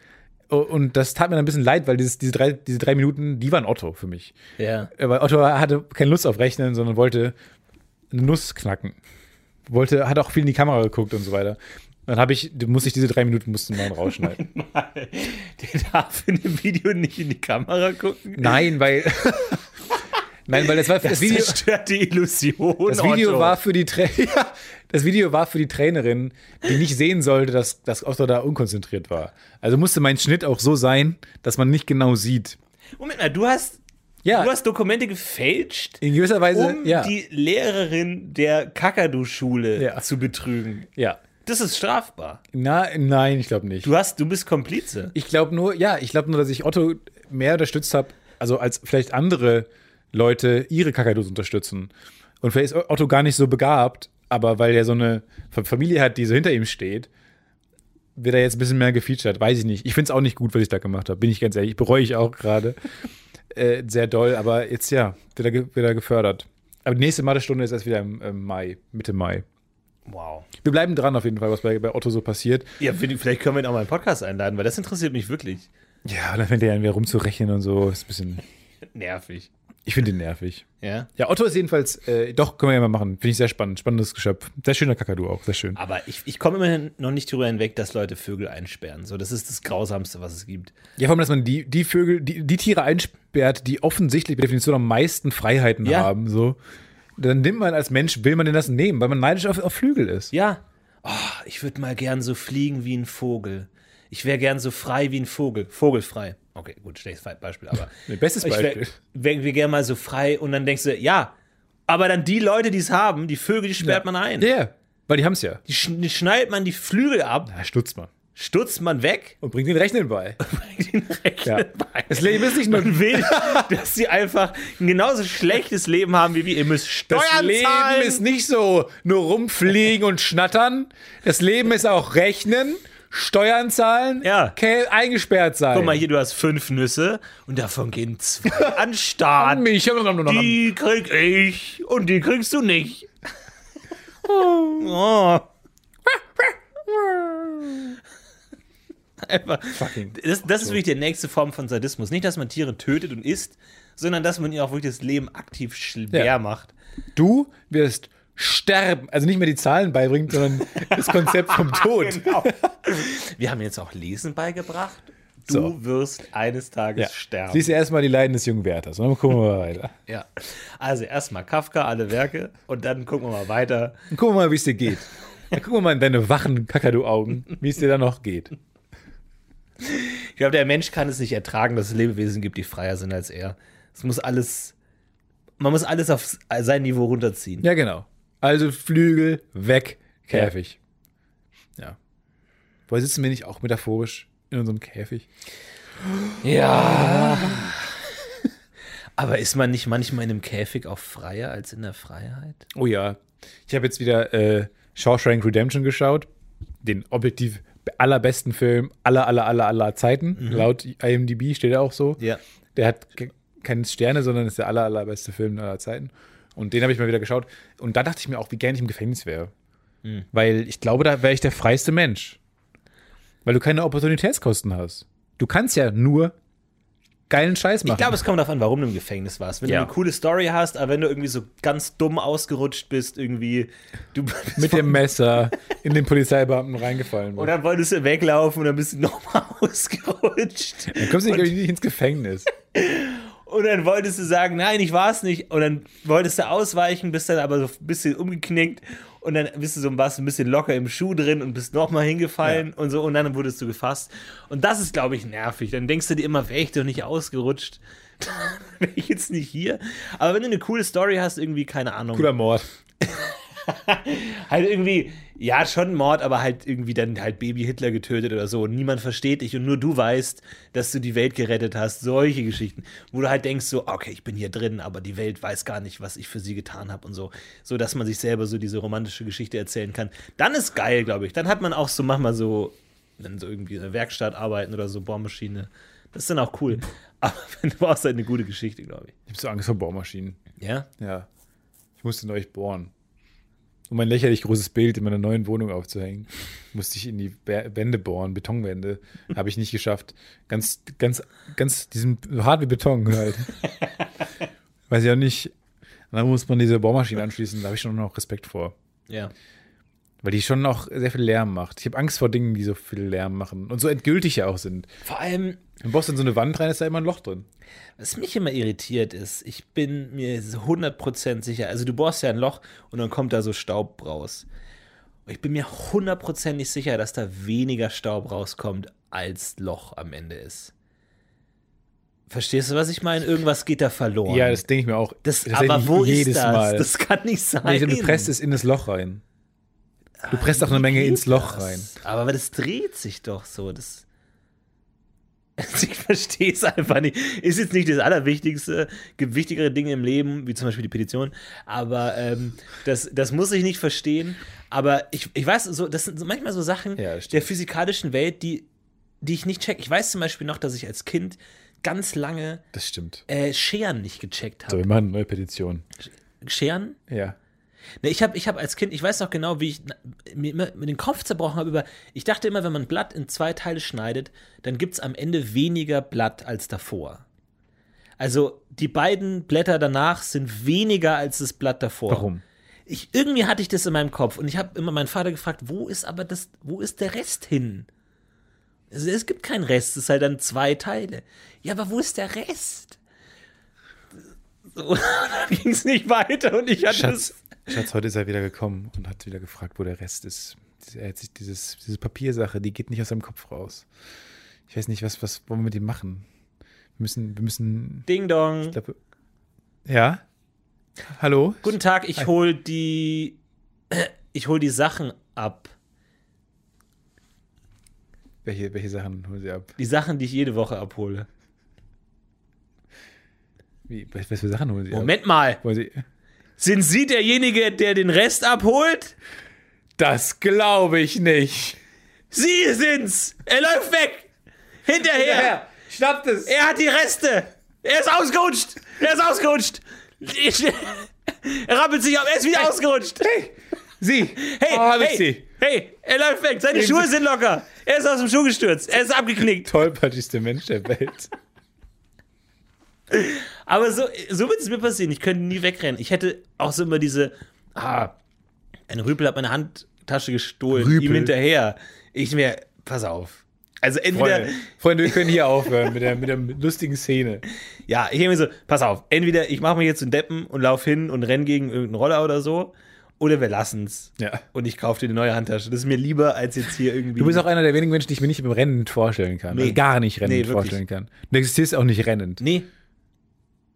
Speaker 2: O- Und das tat mir dann ein bisschen leid, weil dieses, diese, drei, diese drei Minuten, die waren Otto für mich.
Speaker 3: Ja.
Speaker 2: Äh, Weil Otto hatte keine Lust auf Rechnen, sondern wollte eine Nuss knacken. Wollte, hat auch viel in die Kamera geguckt und so weiter. Dann habe ich, muss ich diese drei Minuten mussten mal rausschneiden.
Speaker 3: Der darf in dem Video nicht in die Kamera gucken.
Speaker 2: Nein,
Speaker 3: [laughs]
Speaker 2: weil. Nein, weil das war das Video.
Speaker 3: zerstört die Illusion.
Speaker 2: Das Video
Speaker 3: Otto.
Speaker 2: war für die Tra [laughs] ja, das Video war für die Trainerin, die nicht sehen sollte, dass, dass Otto da unkonzentriert war. Also musste mein Schnitt auch so sein, dass man nicht genau sieht.
Speaker 3: Moment mal, du hast,
Speaker 2: Ja,
Speaker 3: du hast Dokumente gefälscht,
Speaker 2: in gewisser Weise,
Speaker 3: um
Speaker 2: ja,
Speaker 3: die Lehrerin der Kakadu-Schule
Speaker 2: Ja.
Speaker 3: zu betrügen.
Speaker 2: ja.
Speaker 3: Das ist strafbar.
Speaker 2: Na, nein, ich glaube nicht.
Speaker 3: Du hast, du bist Komplize.
Speaker 2: Ich glaube nur, ja, ich glaube nur, dass ich Otto mehr unterstützt habe, also als vielleicht andere Leute ihre Kakadus unterstützen. Und vielleicht ist Otto gar nicht so begabt, aber weil er so eine Fa- Familie hat, die so hinter ihm steht, wird er jetzt ein bisschen mehr gefeatured. Weiß ich nicht. Ich finde es auch nicht gut, was ich da gemacht habe, bin ich ganz ehrlich. Bereue ich auch gerade. äh, sehr doll, aber jetzt ja, wird er, ge- wird er gefördert. Aber die nächste Mathestunde ist erst wieder im, im Mai, Mitte Mai.
Speaker 3: Wow.
Speaker 2: Wir bleiben dran auf jeden Fall, was bei, bei Otto so passiert.
Speaker 3: Ja, wir- vielleicht können wir ihn auch mal in den Podcast einladen, weil das interessiert mich wirklich.
Speaker 2: Ja, und dann fängt er an, wieder rumzurechnen und so. Ist ein bisschen.
Speaker 3: Nervig.
Speaker 2: Ich finde ihn nervig.
Speaker 3: Ja.
Speaker 2: Ja, Otto ist jedenfalls, äh, doch, können wir ja mal machen. Finde ich sehr spannend. Spannendes Geschöpf. Sehr schöner Kakadu auch, sehr schön.
Speaker 3: Aber ich, ich komme immerhin noch nicht drüber hinweg, dass Leute Vögel einsperren. So, das ist das Grausamste, was es gibt.
Speaker 2: Ja, vor allem, dass man die, die Vögel, die, die Tiere einsperrt, die offensichtlich per Definition am meisten Freiheiten
Speaker 3: Ja.
Speaker 2: haben, so. Dann nimmt man als Mensch, will man denn das nehmen, weil man neidisch auf, auf Flügel ist.
Speaker 3: Ja. Oh, ich würde mal gern so fliegen wie ein Vogel. Ich wäre gern so frei wie ein Vogel. Vogelfrei. Okay, gut, schlechtes Fe- Beispiel,
Speaker 2: [laughs]
Speaker 3: aber.
Speaker 2: Nee, bestes Beispiel.
Speaker 3: Ich wäre wär, wär gern mal so frei und dann denkst du, ja. Aber dann die Leute, die es haben, die Vögel, die sperrt man ein.
Speaker 2: Ja, ja, weil die haben es ja.
Speaker 3: Die schn die schneidet man die Flügel ab,
Speaker 2: Da stutzt man.
Speaker 3: stutzt man weg [laughs]
Speaker 2: Und bringt den Rechnen bei.
Speaker 3: bringt den
Speaker 2: [laughs]
Speaker 3: Rechner
Speaker 2: Ja.
Speaker 3: bei.
Speaker 2: Das Leben ist nicht nur
Speaker 3: Man will, dass sie einfach ein genauso schlechtes Leben haben wie wir. Ihr müsst Steuern
Speaker 2: Das Leben
Speaker 3: zahlen.
Speaker 2: ist nicht so nur rumfliegen und schnattern. Das Leben ist auch rechnen, Steuern zahlen,
Speaker 3: Ja.
Speaker 2: Kä- eingesperrt sein.
Speaker 3: Guck mal hier, du hast fünf Nüsse und davon gehen
Speaker 2: [laughs]
Speaker 3: zwei an den Start.
Speaker 2: an mich. Ich hab nur noch an-
Speaker 3: Die krieg ich und die kriegst du
Speaker 2: [laughs]
Speaker 3: nicht. Oh. [laughs] Einfach. Das, das ist wirklich die nächste Form von Sadismus. Nicht, dass man Tiere tötet und isst, sondern dass man ihnen auch wirklich das Leben aktiv schwer
Speaker 2: Ja.
Speaker 3: macht.
Speaker 2: Du wirst sterben. Also nicht mehr die Zahlen beibringen, sondern das Konzept
Speaker 3: [laughs]
Speaker 2: vom Tod.
Speaker 3: Genau. Wir haben jetzt auch Lesen beigebracht. Du
Speaker 2: So.
Speaker 3: wirst eines Tages
Speaker 2: Ja.
Speaker 3: sterben.
Speaker 2: Siehst du erstmal die Leiden des jungen Werthers. Und dann gucken wir mal weiter.
Speaker 3: Ja. Also erstmal Kafka, alle Werke und dann gucken wir mal weiter.
Speaker 2: Dann gucken wir mal, wie es dir geht. Dann gucken wir mal in deine wachen Kakadu-Augen, wie es dir da noch geht.
Speaker 3: Ich glaube, der Mensch kann es nicht ertragen, dass es Lebewesen gibt, die freier sind als er. Es muss alles, man muss alles auf sein Niveau runterziehen.
Speaker 2: Ja, genau. Also Flügel, weg, Käfig. Ja. Woher sitzen wir nicht auch metaphorisch in unserem Käfig?
Speaker 3: Ja. Aber ist man nicht manchmal in einem Käfig auch freier als in der Freiheit?
Speaker 2: Oh ja. Ich habe jetzt wieder äh, Shawshank Redemption geschaut. Den objektiv allerbesten Film aller, aller, aller, aller Zeiten. Laut IMDb steht er auch so.
Speaker 3: Ja.
Speaker 2: Der hat ke- keine Sterne, sondern ist der aller, allerbeste Film aller Zeiten. Und den habe ich mal wieder geschaut. Und da dachte ich mir auch, wie gerne ich im Gefängnis wäre. Weil ich glaube, da wäre ich der freiste Mensch. Weil du keine Opportunitätskosten hast. Du kannst ja nur geilen Scheiß machen.
Speaker 3: Ich glaube, es kommt darauf an, warum du im Gefängnis warst. Wenn
Speaker 2: Ja.
Speaker 3: du eine coole Story hast, aber wenn du irgendwie so ganz dumm ausgerutscht bist, irgendwie, du bist
Speaker 2: [laughs] mit dem Messer in den Polizeibeamten [laughs] reingefallen.
Speaker 3: Und
Speaker 2: Oder
Speaker 3: dann wolltest du weglaufen und dann bist du [laughs] nochmal ausgerutscht.
Speaker 2: dann kommst du nicht, glaub ich, nicht ins [laughs] Gefängnis.
Speaker 3: Und dann wolltest du sagen, nein, ich war's nicht. Und dann wolltest du ausweichen, bist dann aber so ein bisschen umgeknickt. Und dann bist du so warst ein bisschen locker im Schuh drin und bist nochmal hingefallen und so. Und dann wurdest du gefasst. Und das ist, glaube ich, nervig. Dann denkst du dir immer, wäre ich doch nicht ausgerutscht. [laughs] wäre ich jetzt nicht hier. Aber wenn du eine coole Story hast, irgendwie, keine Ahnung.
Speaker 2: Guter Mord.
Speaker 3: Halt irgendwie, ja, schon Mord, aber halt irgendwie dann halt Baby Hitler getötet oder so. Und niemand versteht dich und nur du weißt, dass du die Welt gerettet hast. Solche Geschichten, wo du halt denkst, so, okay, ich bin hier drin, aber die Welt weiß gar nicht, was ich für sie getan habe und so. So, dass man sich selber so diese romantische Geschichte erzählen kann. Dann ist geil, glaube ich. Dann hat man auch so, mach mal so, dann so irgendwie in der Werkstatt arbeiten oder so, Bohrmaschine. Das ist dann auch cool. [laughs] Aber wenn du brauchst halt eine gute Geschichte, glaube ich.
Speaker 2: Ich habe so Angst vor Bohrmaschinen.
Speaker 3: Ja?
Speaker 2: Ja. Ich musste neulich bohren. Um ein lächerlich großes Bild in meiner neuen Wohnung aufzuhängen, musste ich in die Bä- Wände bohren, Betonwände. Habe ich nicht geschafft. Ganz, ganz, ganz, diesen, so hart wie Beton halt. Weiß ich auch nicht. Dann muss man diese Bohrmaschine anschließen, da habe ich schon noch Respekt vor.
Speaker 3: Ja.
Speaker 2: Weil die schon noch sehr viel Lärm macht. Ich habe Angst vor Dingen, die so viel Lärm machen und so endgültig ja auch sind.
Speaker 3: Vor allem,
Speaker 2: Du bohrst in so eine Wand rein, ist da immer ein Loch drin.
Speaker 3: was mich immer irritiert ist, ich bin mir 100% sicher, also du bohrst ja ein Loch und dann kommt da so Staub raus. Und ich bin mir hundertprozentig sicher, dass da weniger Staub rauskommt, als Loch am Ende ist. Verstehst du, was ich meine? Irgendwas geht da verloren.
Speaker 2: Ja, das denke ich mir auch.
Speaker 3: Das,
Speaker 2: Tatsächlich
Speaker 3: aber wo
Speaker 2: jedes
Speaker 3: ist das?
Speaker 2: Mal.
Speaker 3: Das kann nicht sein.
Speaker 2: Nee, du presst es in das Loch rein. Du presst auch eine Menge
Speaker 3: Ah, Geht
Speaker 2: ins Loch
Speaker 3: das?
Speaker 2: rein.
Speaker 3: Aber das dreht sich doch so. Das [laughs] ich verstehe es einfach nicht. Ist jetzt nicht das Allerwichtigste. Gibt wichtigere Dinge im Leben, wie zum Beispiel die Petition. Aber ähm, das, das muss ich nicht verstehen. Aber ich, ich weiß, so, das sind so manchmal so Sachen
Speaker 2: Ja, das
Speaker 3: der
Speaker 2: stimmt.
Speaker 3: physikalischen Welt, die, die ich nicht check. Ich weiß zum Beispiel noch, dass ich als Kind ganz lange
Speaker 2: Das stimmt.
Speaker 3: äh, Scheren nicht gecheckt
Speaker 2: So,
Speaker 3: habe.
Speaker 2: wir machen eine neue Petition.
Speaker 3: Scheren?
Speaker 2: Ja.
Speaker 3: Ne, ich habe ich hab als Kind, ich weiß noch genau, wie ich na- mir immer mir den Kopf zerbrochen habe über. Ich dachte immer, wenn man ein Blatt in zwei Teile schneidet, dann gibt es am Ende weniger Blatt als davor. Also die beiden Blätter danach sind weniger als das Blatt davor.
Speaker 2: Warum?
Speaker 3: Ich, irgendwie hatte ich das in meinem Kopf und ich habe immer meinen Vater gefragt, wo ist aber das, wo ist der Rest hin? Also es gibt keinen Rest, es ist halt dann zwei Teile. Ja, aber wo ist der Rest? So, [laughs] und dann ging es nicht weiter und ich hatte es.
Speaker 2: Schatz, Schatz, heute ist er wieder gekommen und hat wieder gefragt, wo der Rest ist. Er hat sich dieses, diese Papiersache, die geht nicht aus seinem Kopf raus. Ich weiß nicht, was, was wollen wir mit ihm machen? Wir müssen, wir müssen.
Speaker 3: Ding Dong.
Speaker 2: Ich glaub, ja? Hallo?
Speaker 3: Guten Tag, ich hol die. [clears throat] Ich hol die Sachen ab.
Speaker 2: Welche, welche Sachen holen Sie ab?
Speaker 3: Die Sachen, die ich jede Woche abhole.
Speaker 2: Wie, was was für Sachen holen Sie
Speaker 3: Moment mal.
Speaker 2: ab? Wollen Sie.
Speaker 3: Sind Sie derjenige, der den Rest abholt?
Speaker 2: Das glaube ich nicht.
Speaker 3: Sie sind's! Er läuft weg! Hinterher!
Speaker 2: Schnappt es!
Speaker 3: Er hat die Reste! Er ist ausgerutscht! Er ist ausgerutscht! Ich, [laughs] er rappelt sich ab, er ist wieder ausgerutscht!
Speaker 2: Hey! Sie!
Speaker 3: Hey,
Speaker 2: Oh, hab ich
Speaker 3: hey,
Speaker 2: Sie!
Speaker 3: hey, er läuft weg, seine
Speaker 2: Nehmen
Speaker 3: Schuhe
Speaker 2: Sie-
Speaker 3: sind locker! Er ist aus dem Schuh gestürzt, er ist abgeknickt.
Speaker 2: Tollpatschigste Mensch der Welt.
Speaker 3: Aber so, so wird es mir passieren. Ich könnte nie wegrennen. Ich hätte auch so immer diese, ah, ein Rüpel hat meine Handtasche gestohlen,
Speaker 2: Rüpel.
Speaker 3: ihm hinterher. Ich mir, pass auf. Also entweder,
Speaker 2: [laughs] Freunde, Freunde, wir können hier aufhören mit der, mit der lustigen Szene.
Speaker 3: ja, ich mir so, pass auf, entweder ich mache mir jetzt einen Deppen und lauf hin und renn gegen irgendeinen Roller oder so, oder wir lassen's.
Speaker 2: Ja.
Speaker 3: Und ich kaufe dir eine neue Handtasche. Das ist mir lieber, als jetzt hier irgendwie.
Speaker 2: Du bist auch einer der wenigen Menschen, die ich mir nicht im Rennen vorstellen kann.
Speaker 3: Nee.
Speaker 2: Also gar nicht
Speaker 3: Nee,
Speaker 2: rennend
Speaker 3: wirklich.
Speaker 2: vorstellen kann. Du existierst auch nicht rennend.
Speaker 3: Nee.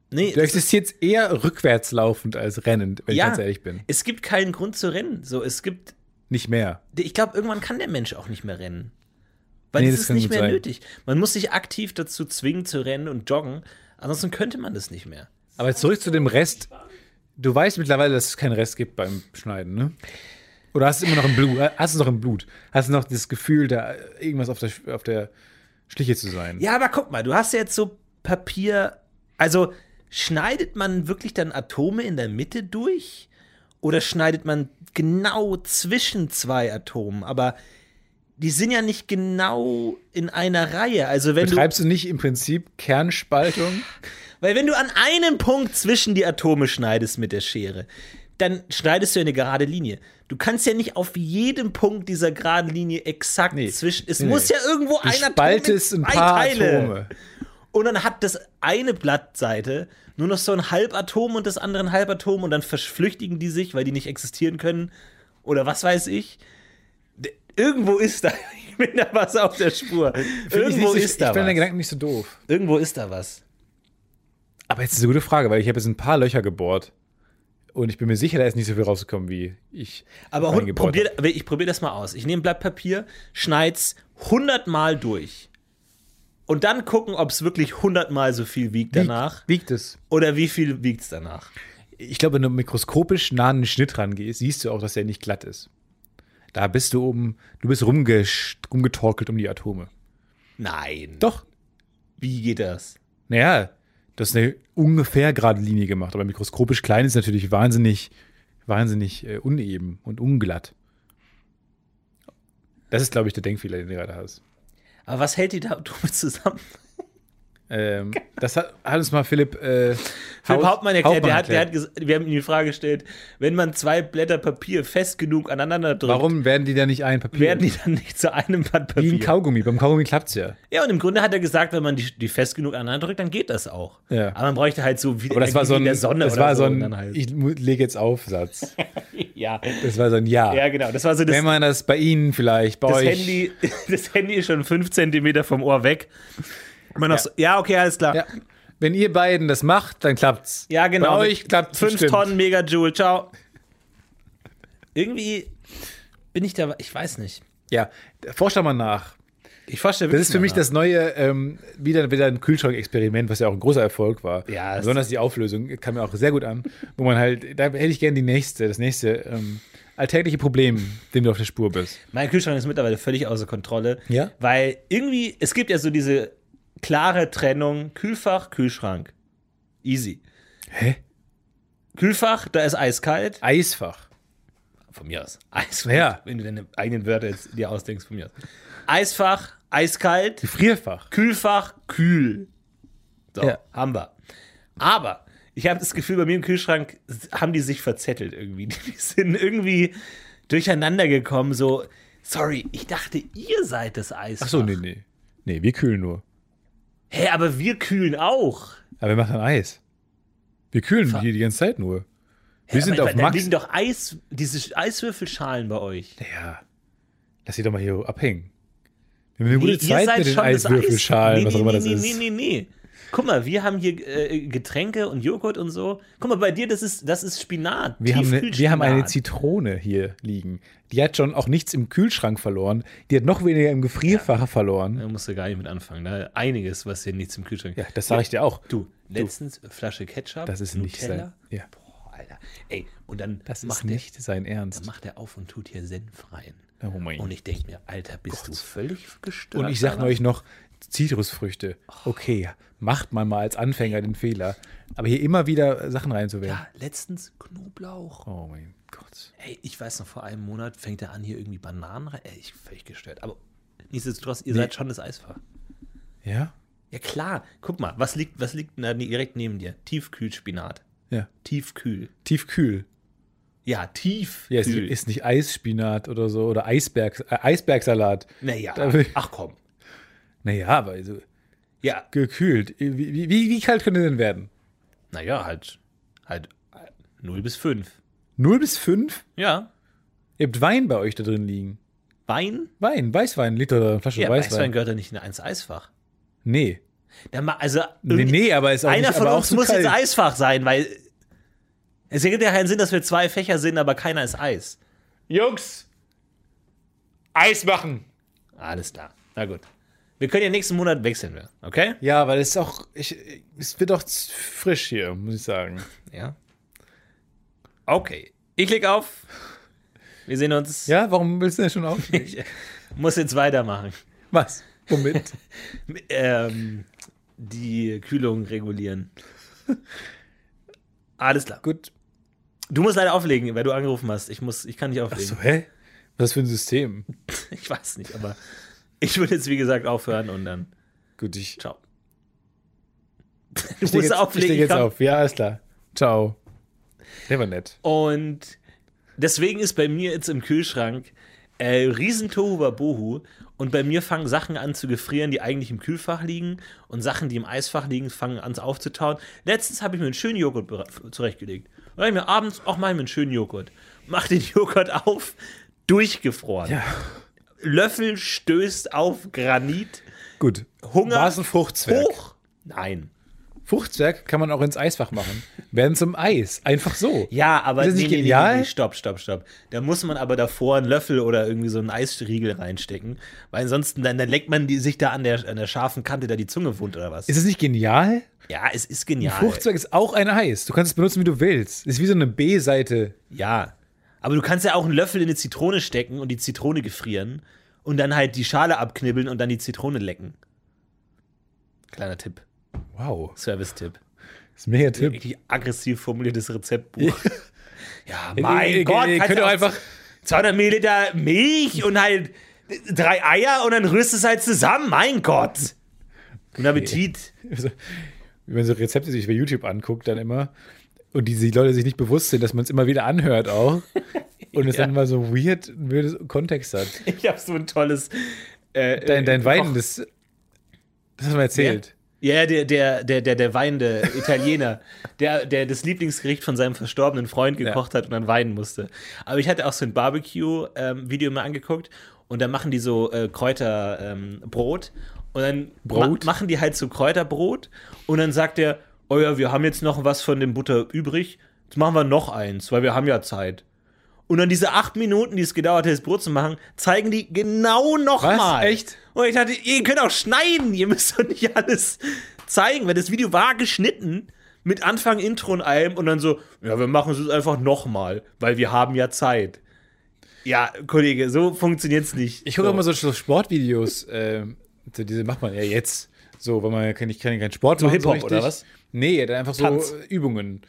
Speaker 3: Nee,
Speaker 2: Du existierst eher rückwärts laufend als rennend, wenn
Speaker 3: Ja.
Speaker 2: ich ganz ehrlich bin.
Speaker 3: es gibt keinen Grund zu rennen. So, es gibt
Speaker 2: Nicht mehr.
Speaker 3: ich glaube, irgendwann kann der Mensch auch nicht mehr rennen. Weil
Speaker 2: Nee,
Speaker 3: es
Speaker 2: das
Speaker 3: ist
Speaker 2: kann
Speaker 3: nicht
Speaker 2: gut
Speaker 3: mehr
Speaker 2: sein.
Speaker 3: nötig. Man muss sich aktiv dazu zwingen zu rennen und joggen. Ansonsten könnte man das nicht mehr.
Speaker 2: Aber zurück zu dem Rest. Du weißt mittlerweile, dass es keinen Rest gibt beim Schneiden, ne? Oder hast du immer noch im Blut? Hast du noch im Blut? Hast du noch das Gefühl, da irgendwas auf der, auf der Schliche zu sein?
Speaker 3: Ja, aber guck mal, du hast ja jetzt so Papier. Also schneidet man wirklich dann Atome in der Mitte durch? Oder schneidet man genau zwischen zwei Atomen? Aber die sind ja nicht genau in einer Reihe. Also wenn du
Speaker 2: Betreibst du nicht im Prinzip Kernspaltung?
Speaker 3: Weil wenn du an einem Punkt zwischen die Atome schneidest mit der Schere, dann schneidest du ja eine gerade Linie. Du kannst ja nicht auf jedem Punkt dieser geraden Linie exakt
Speaker 2: Nee.
Speaker 3: zwischen. Es
Speaker 2: Nee,
Speaker 3: muss
Speaker 2: nee.
Speaker 3: ja irgendwo
Speaker 2: Du
Speaker 3: ein Atom
Speaker 2: spaltest ein
Speaker 3: in zwei
Speaker 2: paar
Speaker 3: Teile.
Speaker 2: Atome.
Speaker 3: Und dann hat das eine Blattseite nur noch so ein Halbatom und das andere ein Halbatom und dann verflüchtigen die sich, weil die nicht existieren können. Oder was weiß ich. D- Irgendwo ist da. [laughs] Ich bin da was auf der Spur.
Speaker 2: Find
Speaker 3: Irgendwo
Speaker 2: ich nicht, so-
Speaker 3: ist da
Speaker 2: Ich finde den
Speaker 3: was.
Speaker 2: Gedanken nicht so doof.
Speaker 3: Irgendwo ist da was.
Speaker 2: Aber jetzt ist eine gute Frage, weil ich habe jetzt ein paar Löcher gebohrt. Und ich bin mir sicher, da ist nicht so viel rausgekommen, wie ich.
Speaker 3: Aber hund-
Speaker 2: reingebohrt
Speaker 3: probier,
Speaker 2: habe.
Speaker 3: ich probiere das mal aus. Ich nehme ein Blatt Papier, schneid's 100 Mal durch. Und dann gucken, ob es wirklich 100 Mal so viel wiegt danach.
Speaker 2: Wiegt, wiegt es.
Speaker 3: Oder wie viel wiegt es danach.
Speaker 2: Ich glaube, wenn du mikroskopisch nah an den Schnitt rangehst, siehst du auch, dass der nicht glatt ist. Da bist du oben, du bist rumgesch- rumgetorkelt um die Atome.
Speaker 3: Nein.
Speaker 2: Doch,
Speaker 3: Wie geht das?
Speaker 2: Naja, du hast eine ungefähr gerade Linie gemacht, aber mikroskopisch klein ist natürlich wahnsinnig, wahnsinnig äh, uneben und unglatt. Das ist, glaube ich, der Denkfehler, den du gerade hast.
Speaker 3: Aber was hält die da [laughs] damit zusammen?
Speaker 2: Ähm, das hat, hat uns mal Philipp, äh,
Speaker 3: Philipp
Speaker 2: Haus-
Speaker 3: Hauptmann erklärt, der hat, der
Speaker 2: erklärt.
Speaker 3: hat ges- wir haben ihm die Frage gestellt, wenn man zwei Blätter Papier fest genug aneinander drückt,
Speaker 2: Warum werden die da nicht ein Papier?
Speaker 3: werden die dann nicht zu einem Blatt
Speaker 2: Wie
Speaker 3: Papier?
Speaker 2: ein Kaugummi. Beim Kaugummi klappt es ja.
Speaker 3: Ja, und im Grunde hat er gesagt, wenn man die, die fest genug aneinander drückt, dann geht das auch.
Speaker 2: Ja.
Speaker 3: Aber man bräuchte halt so wie,
Speaker 2: Aber das war
Speaker 3: irgendwie
Speaker 2: so ein,
Speaker 3: in der Sonne
Speaker 2: das
Speaker 3: oder
Speaker 2: war so
Speaker 3: und
Speaker 2: ein,
Speaker 3: dann halt.
Speaker 2: ich mu- lege jetzt auf Satz.
Speaker 3: ja.
Speaker 2: Das war so ein
Speaker 3: [laughs]
Speaker 2: Ja.
Speaker 3: ja, genau. Das war so das,
Speaker 2: Wenn man das bei Ihnen vielleicht, bei
Speaker 3: das,
Speaker 2: euch.
Speaker 3: Handy, [laughs] das Handy ist schon fünf Zentimeter vom Ohr weg. Und Man ja. Noch so, ja, okay, alles klar.
Speaker 2: Ja. Wenn ihr beiden das macht, dann klappt's.
Speaker 3: Ja, genau.
Speaker 2: Bei euch klappt's.
Speaker 3: Fünf
Speaker 2: bestimmt.
Speaker 3: Tonnen Megajoule, ciao. Irgendwie bin ich da, ich weiß nicht.
Speaker 2: Ja, forscht da mal nach.
Speaker 3: Ich verstehe
Speaker 2: Das ist für mich das neue, ähm, wieder, wieder ein Kühlschrank-Experiment, was ja auch ein großer Erfolg war.
Speaker 3: Ja, es-
Speaker 2: Besonders die Auflösung kam mir auch sehr gut an, wo man halt, da hätte ich gerne die nächste, das nächste ähm, alltägliche Problem, dem du auf der Spur bist.
Speaker 3: Mein Kühlschrank ist mittlerweile völlig außer Kontrolle.
Speaker 2: Ja?
Speaker 3: Weil irgendwie, es gibt ja so diese klare Trennung: Kühlfach, Kühlschrank. Easy.
Speaker 2: Hä?
Speaker 3: Kühlfach, da ist eiskalt. Ah,
Speaker 2: Eisfach.
Speaker 3: Von mir aus. Eis,
Speaker 2: Ja.
Speaker 3: Wenn du deine eigenen Wörter jetzt dir ausdenkst, von mir aus. Eisfach, eiskalt.
Speaker 2: Gefrierfach.
Speaker 3: Kühlfach kühl. So,
Speaker 2: Ja.
Speaker 3: haben wir. Aber ich habe das Gefühl, bei mir im Kühlschrank s- haben die sich verzettelt irgendwie. [laughs] Die sind irgendwie durcheinander gekommen, so. Sorry, ich dachte, ihr seid das Eis.
Speaker 2: Achso, nee, nee. Nee, wir kühlen nur.
Speaker 3: Hä, aber wir kühlen auch.
Speaker 2: Aber wir machen Eis. Wir kühlen hier die ganze Zeit nur. Wir sind
Speaker 3: aber
Speaker 2: auf
Speaker 3: da
Speaker 2: Max.
Speaker 3: liegen doch Eis, diese Eiswürfelschalen bei euch.
Speaker 2: Ja, lass sie doch mal hier abhängen. Wir haben eine
Speaker 3: Nee,
Speaker 2: gute Zeit mit den
Speaker 3: das Eis.
Speaker 2: Eiswürfelschalen,
Speaker 3: Nee,
Speaker 2: was auch
Speaker 3: nee,
Speaker 2: immer
Speaker 3: nee,
Speaker 2: das
Speaker 3: nee,
Speaker 2: ist.
Speaker 3: Nee, nee, nee. Guck mal, wir haben hier äh, Getränke und Joghurt und so. Guck mal, bei dir, das ist, das ist Spinat.
Speaker 2: Wir haben, eine, wir haben eine
Speaker 3: Tiefkühlspinat.
Speaker 2: Zitrone hier liegen. Die hat schon auch nichts im Kühlschrank verloren. Die hat noch weniger im Gefrierfach verloren.
Speaker 3: Da musst du gar nicht mit anfangen. Da einiges, was hier nichts im Kühlschrank
Speaker 2: Ja, das sage ich dir auch.
Speaker 3: Du, letztens Flasche Ketchup.
Speaker 2: Das ist nicht sein.
Speaker 3: Nutella.
Speaker 2: Ja,
Speaker 3: Boah, Alter. Ey, und dann
Speaker 2: das ist
Speaker 3: macht
Speaker 2: nicht sein
Speaker 3: er,
Speaker 2: Ernst.
Speaker 3: macht er auf und tut hier Senf rein.
Speaker 2: Oh mein
Speaker 3: Und ich denke mir, Alter, bist du völlig gestört?
Speaker 2: Und ich sage
Speaker 3: Alter.
Speaker 2: euch noch, Zitrusfrüchte.
Speaker 3: Oh.
Speaker 2: Okay, macht man mal als Anfänger den Fehler. Aber hier immer wieder Sachen reinzuwerfen.
Speaker 3: Ja, letztens Knoblauch.
Speaker 2: Oh mein Gott.
Speaker 3: Ey, ich weiß noch, vor einem Monat fängt er an, hier irgendwie Bananen rein. Ey, ich völlig gestört. Aber nichtsdestotrotz, ihr seid schon das Eisfach.
Speaker 2: Ja?
Speaker 3: Ja, klar. Guck mal, was liegt, was liegt denn da direkt neben dir? Tiefkühlspinat.
Speaker 2: Ja.
Speaker 3: Tiefkühl.
Speaker 2: Tiefkühl.
Speaker 3: Ja, tief.
Speaker 2: Ja, ist, ist nicht Eisspinat oder so oder Eisberg, äh, Eisbergsalat.
Speaker 3: naja,
Speaker 2: Da will-
Speaker 3: ach komm.
Speaker 2: Naja, aber also
Speaker 3: Ja,
Speaker 2: gekühlt. Äh, Wie, wie, wie wie kalt könnte denn werden?
Speaker 3: naja, halt, halt äh, 0 bis 5.
Speaker 2: 0 bis 5?
Speaker 3: Ja.
Speaker 2: Ihr habt Wein bei euch da drin liegen.
Speaker 3: Wein?
Speaker 2: Wein, Weißwein, Liter oder eine Flasche
Speaker 3: Ja,
Speaker 2: Weißwein.
Speaker 3: Weißwein, gehört ja nicht in eins Eisfach.
Speaker 2: Nee.
Speaker 3: Da ma- also,
Speaker 2: nee.
Speaker 3: irgendwie-
Speaker 2: Nee, aber ist auch
Speaker 3: einer
Speaker 2: nicht,
Speaker 3: von
Speaker 2: aber
Speaker 3: uns
Speaker 2: auch
Speaker 3: muss
Speaker 2: zu kalt.
Speaker 3: ins Eisfach sein, weil es ergibt ja keinen Sinn, dass wir zwei Fächer sind, aber keiner ist Eis.
Speaker 2: Jungs, Eis machen.
Speaker 3: Alles klar. Na gut. Wir können ja nächsten Monat wechseln, wir. okay?
Speaker 2: Ja, weil es ist auch, ich, es wird auch z- frisch hier, muss ich sagen.
Speaker 3: Ja. Okay. Ich klicke auf. Wir sehen uns.
Speaker 2: Ja, warum willst du denn schon auf?
Speaker 3: Ich muss jetzt weitermachen.
Speaker 2: [laughs] Was? Womit?
Speaker 3: Ähm, die Kühlung regulieren. Alles klar.
Speaker 2: [laughs] Gut.
Speaker 3: Du musst leider auflegen, weil du angerufen hast. Ich, muss, ich kann nicht
Speaker 2: Ach so,
Speaker 3: auflegen.
Speaker 2: hä? Was für ein System?
Speaker 3: Ich weiß nicht, aber ich würde jetzt, wie gesagt, aufhören und dann
Speaker 2: Gut, ich,
Speaker 3: ciao. Du
Speaker 2: ich lege jetzt, ich leg jetzt
Speaker 3: kann-
Speaker 2: auf. Ja, alles klar. Ciao. Der war nett.
Speaker 3: Und deswegen ist bei mir jetzt im Kühlschrank äh, Riesentohuwa Bohu. Und bei mir fangen Sachen an zu gefrieren, die eigentlich im Kühlfach liegen. Und Sachen, die im Eisfach liegen, fangen an aufzutauen. Letztens habe ich mir einen schönen Joghurt bere- zurechtgelegt. Und dann habe ich mir abends auch mal einen schönen Joghurt. Mach den Joghurt [laughs] auf, durchgefroren.
Speaker 2: Ja.
Speaker 3: Löffel stößt auf Granit.
Speaker 2: Gut.
Speaker 3: Hunger
Speaker 2: War es ein Fruchtzwerg?
Speaker 3: hoch. Nein.
Speaker 2: Fruchtwerk kann man auch ins Eisfach machen. Werden zum Eis. Einfach so.
Speaker 3: Ja, aber
Speaker 2: Ist das nicht genial?
Speaker 3: stopp, stopp, stopp. Da muss man aber davor einen Löffel oder irgendwie so einen Eisriegel reinstecken, weil ansonsten dann, dann leckt man die, sich da an der, an der scharfen Kante da die Zunge wund oder was.
Speaker 2: Ist es nicht genial?
Speaker 3: ja, es ist genial.
Speaker 2: Fruchtzeug ist auch ein Eis. Du kannst es benutzen, wie du willst. Ist wie so eine B-Seite.
Speaker 3: Ja. Aber du kannst ja auch einen Löffel in eine Zitrone stecken und die Zitrone gefrieren und dann halt die Schale abknibbeln und dann die Zitrone lecken. Kleiner Tipp.
Speaker 2: Wow.
Speaker 3: Service-Tipp.
Speaker 2: Das ist ein mega Tipp.
Speaker 3: Richtig aggressiv formuliertes Rezeptbuch. [laughs] Ja, mein
Speaker 2: Ihr- ihr-
Speaker 3: Gott.
Speaker 2: ihr
Speaker 3: kannst
Speaker 2: könnt
Speaker 3: du
Speaker 2: doch
Speaker 3: auch
Speaker 2: einfach-
Speaker 3: 200 Milliliter Milch und halt drei Eier und dann rührst du es halt zusammen. Mein Gott. Guten Appetit.
Speaker 2: Also, wenn man so Rezepte sich bei YouTube anguckt, dann immer und die, die Leute sich nicht bewusst sind, dass man es immer wieder anhört
Speaker 3: [laughs]
Speaker 2: auch und es dann mal so weird, einen weirden Kontext hat.
Speaker 3: Ich habe so ein tolles. äh,
Speaker 2: Dein, dein
Speaker 3: äh,
Speaker 2: Weinen, das, das hast du mal erzählt.
Speaker 3: Ja, der, der, der, der, der weinende
Speaker 2: [laughs]
Speaker 3: Italiener, der, der das Lieblingsgericht von seinem verstorbenen Freund gekocht hat und dann weinen musste. Aber ich hatte auch so ein Barbecue-Video mal angeguckt und da machen die so äh, Kräuterbrot ähm, Brot. und dann
Speaker 2: Brot?
Speaker 3: Ma machen die halt so Kräuterbrot und dann sagt er, oh ja, wir haben jetzt noch was von dem Butter übrig, jetzt machen wir noch eins, weil wir haben ja Zeit. Und dann diese acht Minuten, die es gedauert hat, das Brot zu machen, zeigen die genau nochmal.
Speaker 2: Echt?
Speaker 3: Und ich dachte, ihr könnt auch schneiden, ihr müsst doch nicht alles zeigen, weil das Video war geschnitten mit Anfang, Intro und allem und dann so, ja, wir machen es jetzt einfach nochmal, weil wir haben ja Zeit. Ja, Kollege, so funktioniert's nicht.
Speaker 2: Ich gucke
Speaker 3: so.
Speaker 2: immer so, so Sportvideos, ähm, so diese macht man ja jetzt so, weil man kann, ich kann ja keinen Sport machen.
Speaker 3: Hip-Hop oder was?
Speaker 2: Nee, dann einfach so
Speaker 3: Tanz.
Speaker 2: äh, Übungen.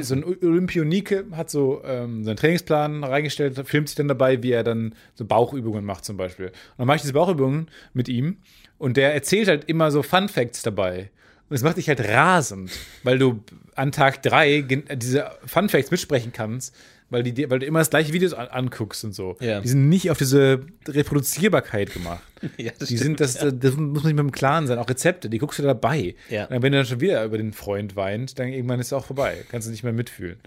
Speaker 2: So ein Olympionike hat so ähm, seinen Trainingsplan reingestellt, filmt sich dann dabei, wie er dann so Bauchübungen macht zum Beispiel. Und dann mache ich diese Bauchübungen mit ihm und der erzählt halt immer so Fun Facts dabei. Und das macht dich halt rasend, weil du an Tag drei gen- äh, diese Fun Facts mitsprechen kannst, weil, die, dir- weil du immer das gleiche Videos an, anguckst und so.
Speaker 3: Ja.
Speaker 2: Die sind nicht auf diese
Speaker 3: [laughs]
Speaker 2: Reproduzierbarkeit gemacht.
Speaker 3: Ja, das
Speaker 2: Die sind, das, äh, das muss man sich mit dem Klaren sein. Auch Rezepte, die guckst du dabei.
Speaker 3: Ja.
Speaker 2: Und dann, wenn du dann schon wieder über den Freund weinst, dann irgendwann ist es auch vorbei. Kannst du nicht
Speaker 3: [laughs]
Speaker 2: mehr mitfühlen.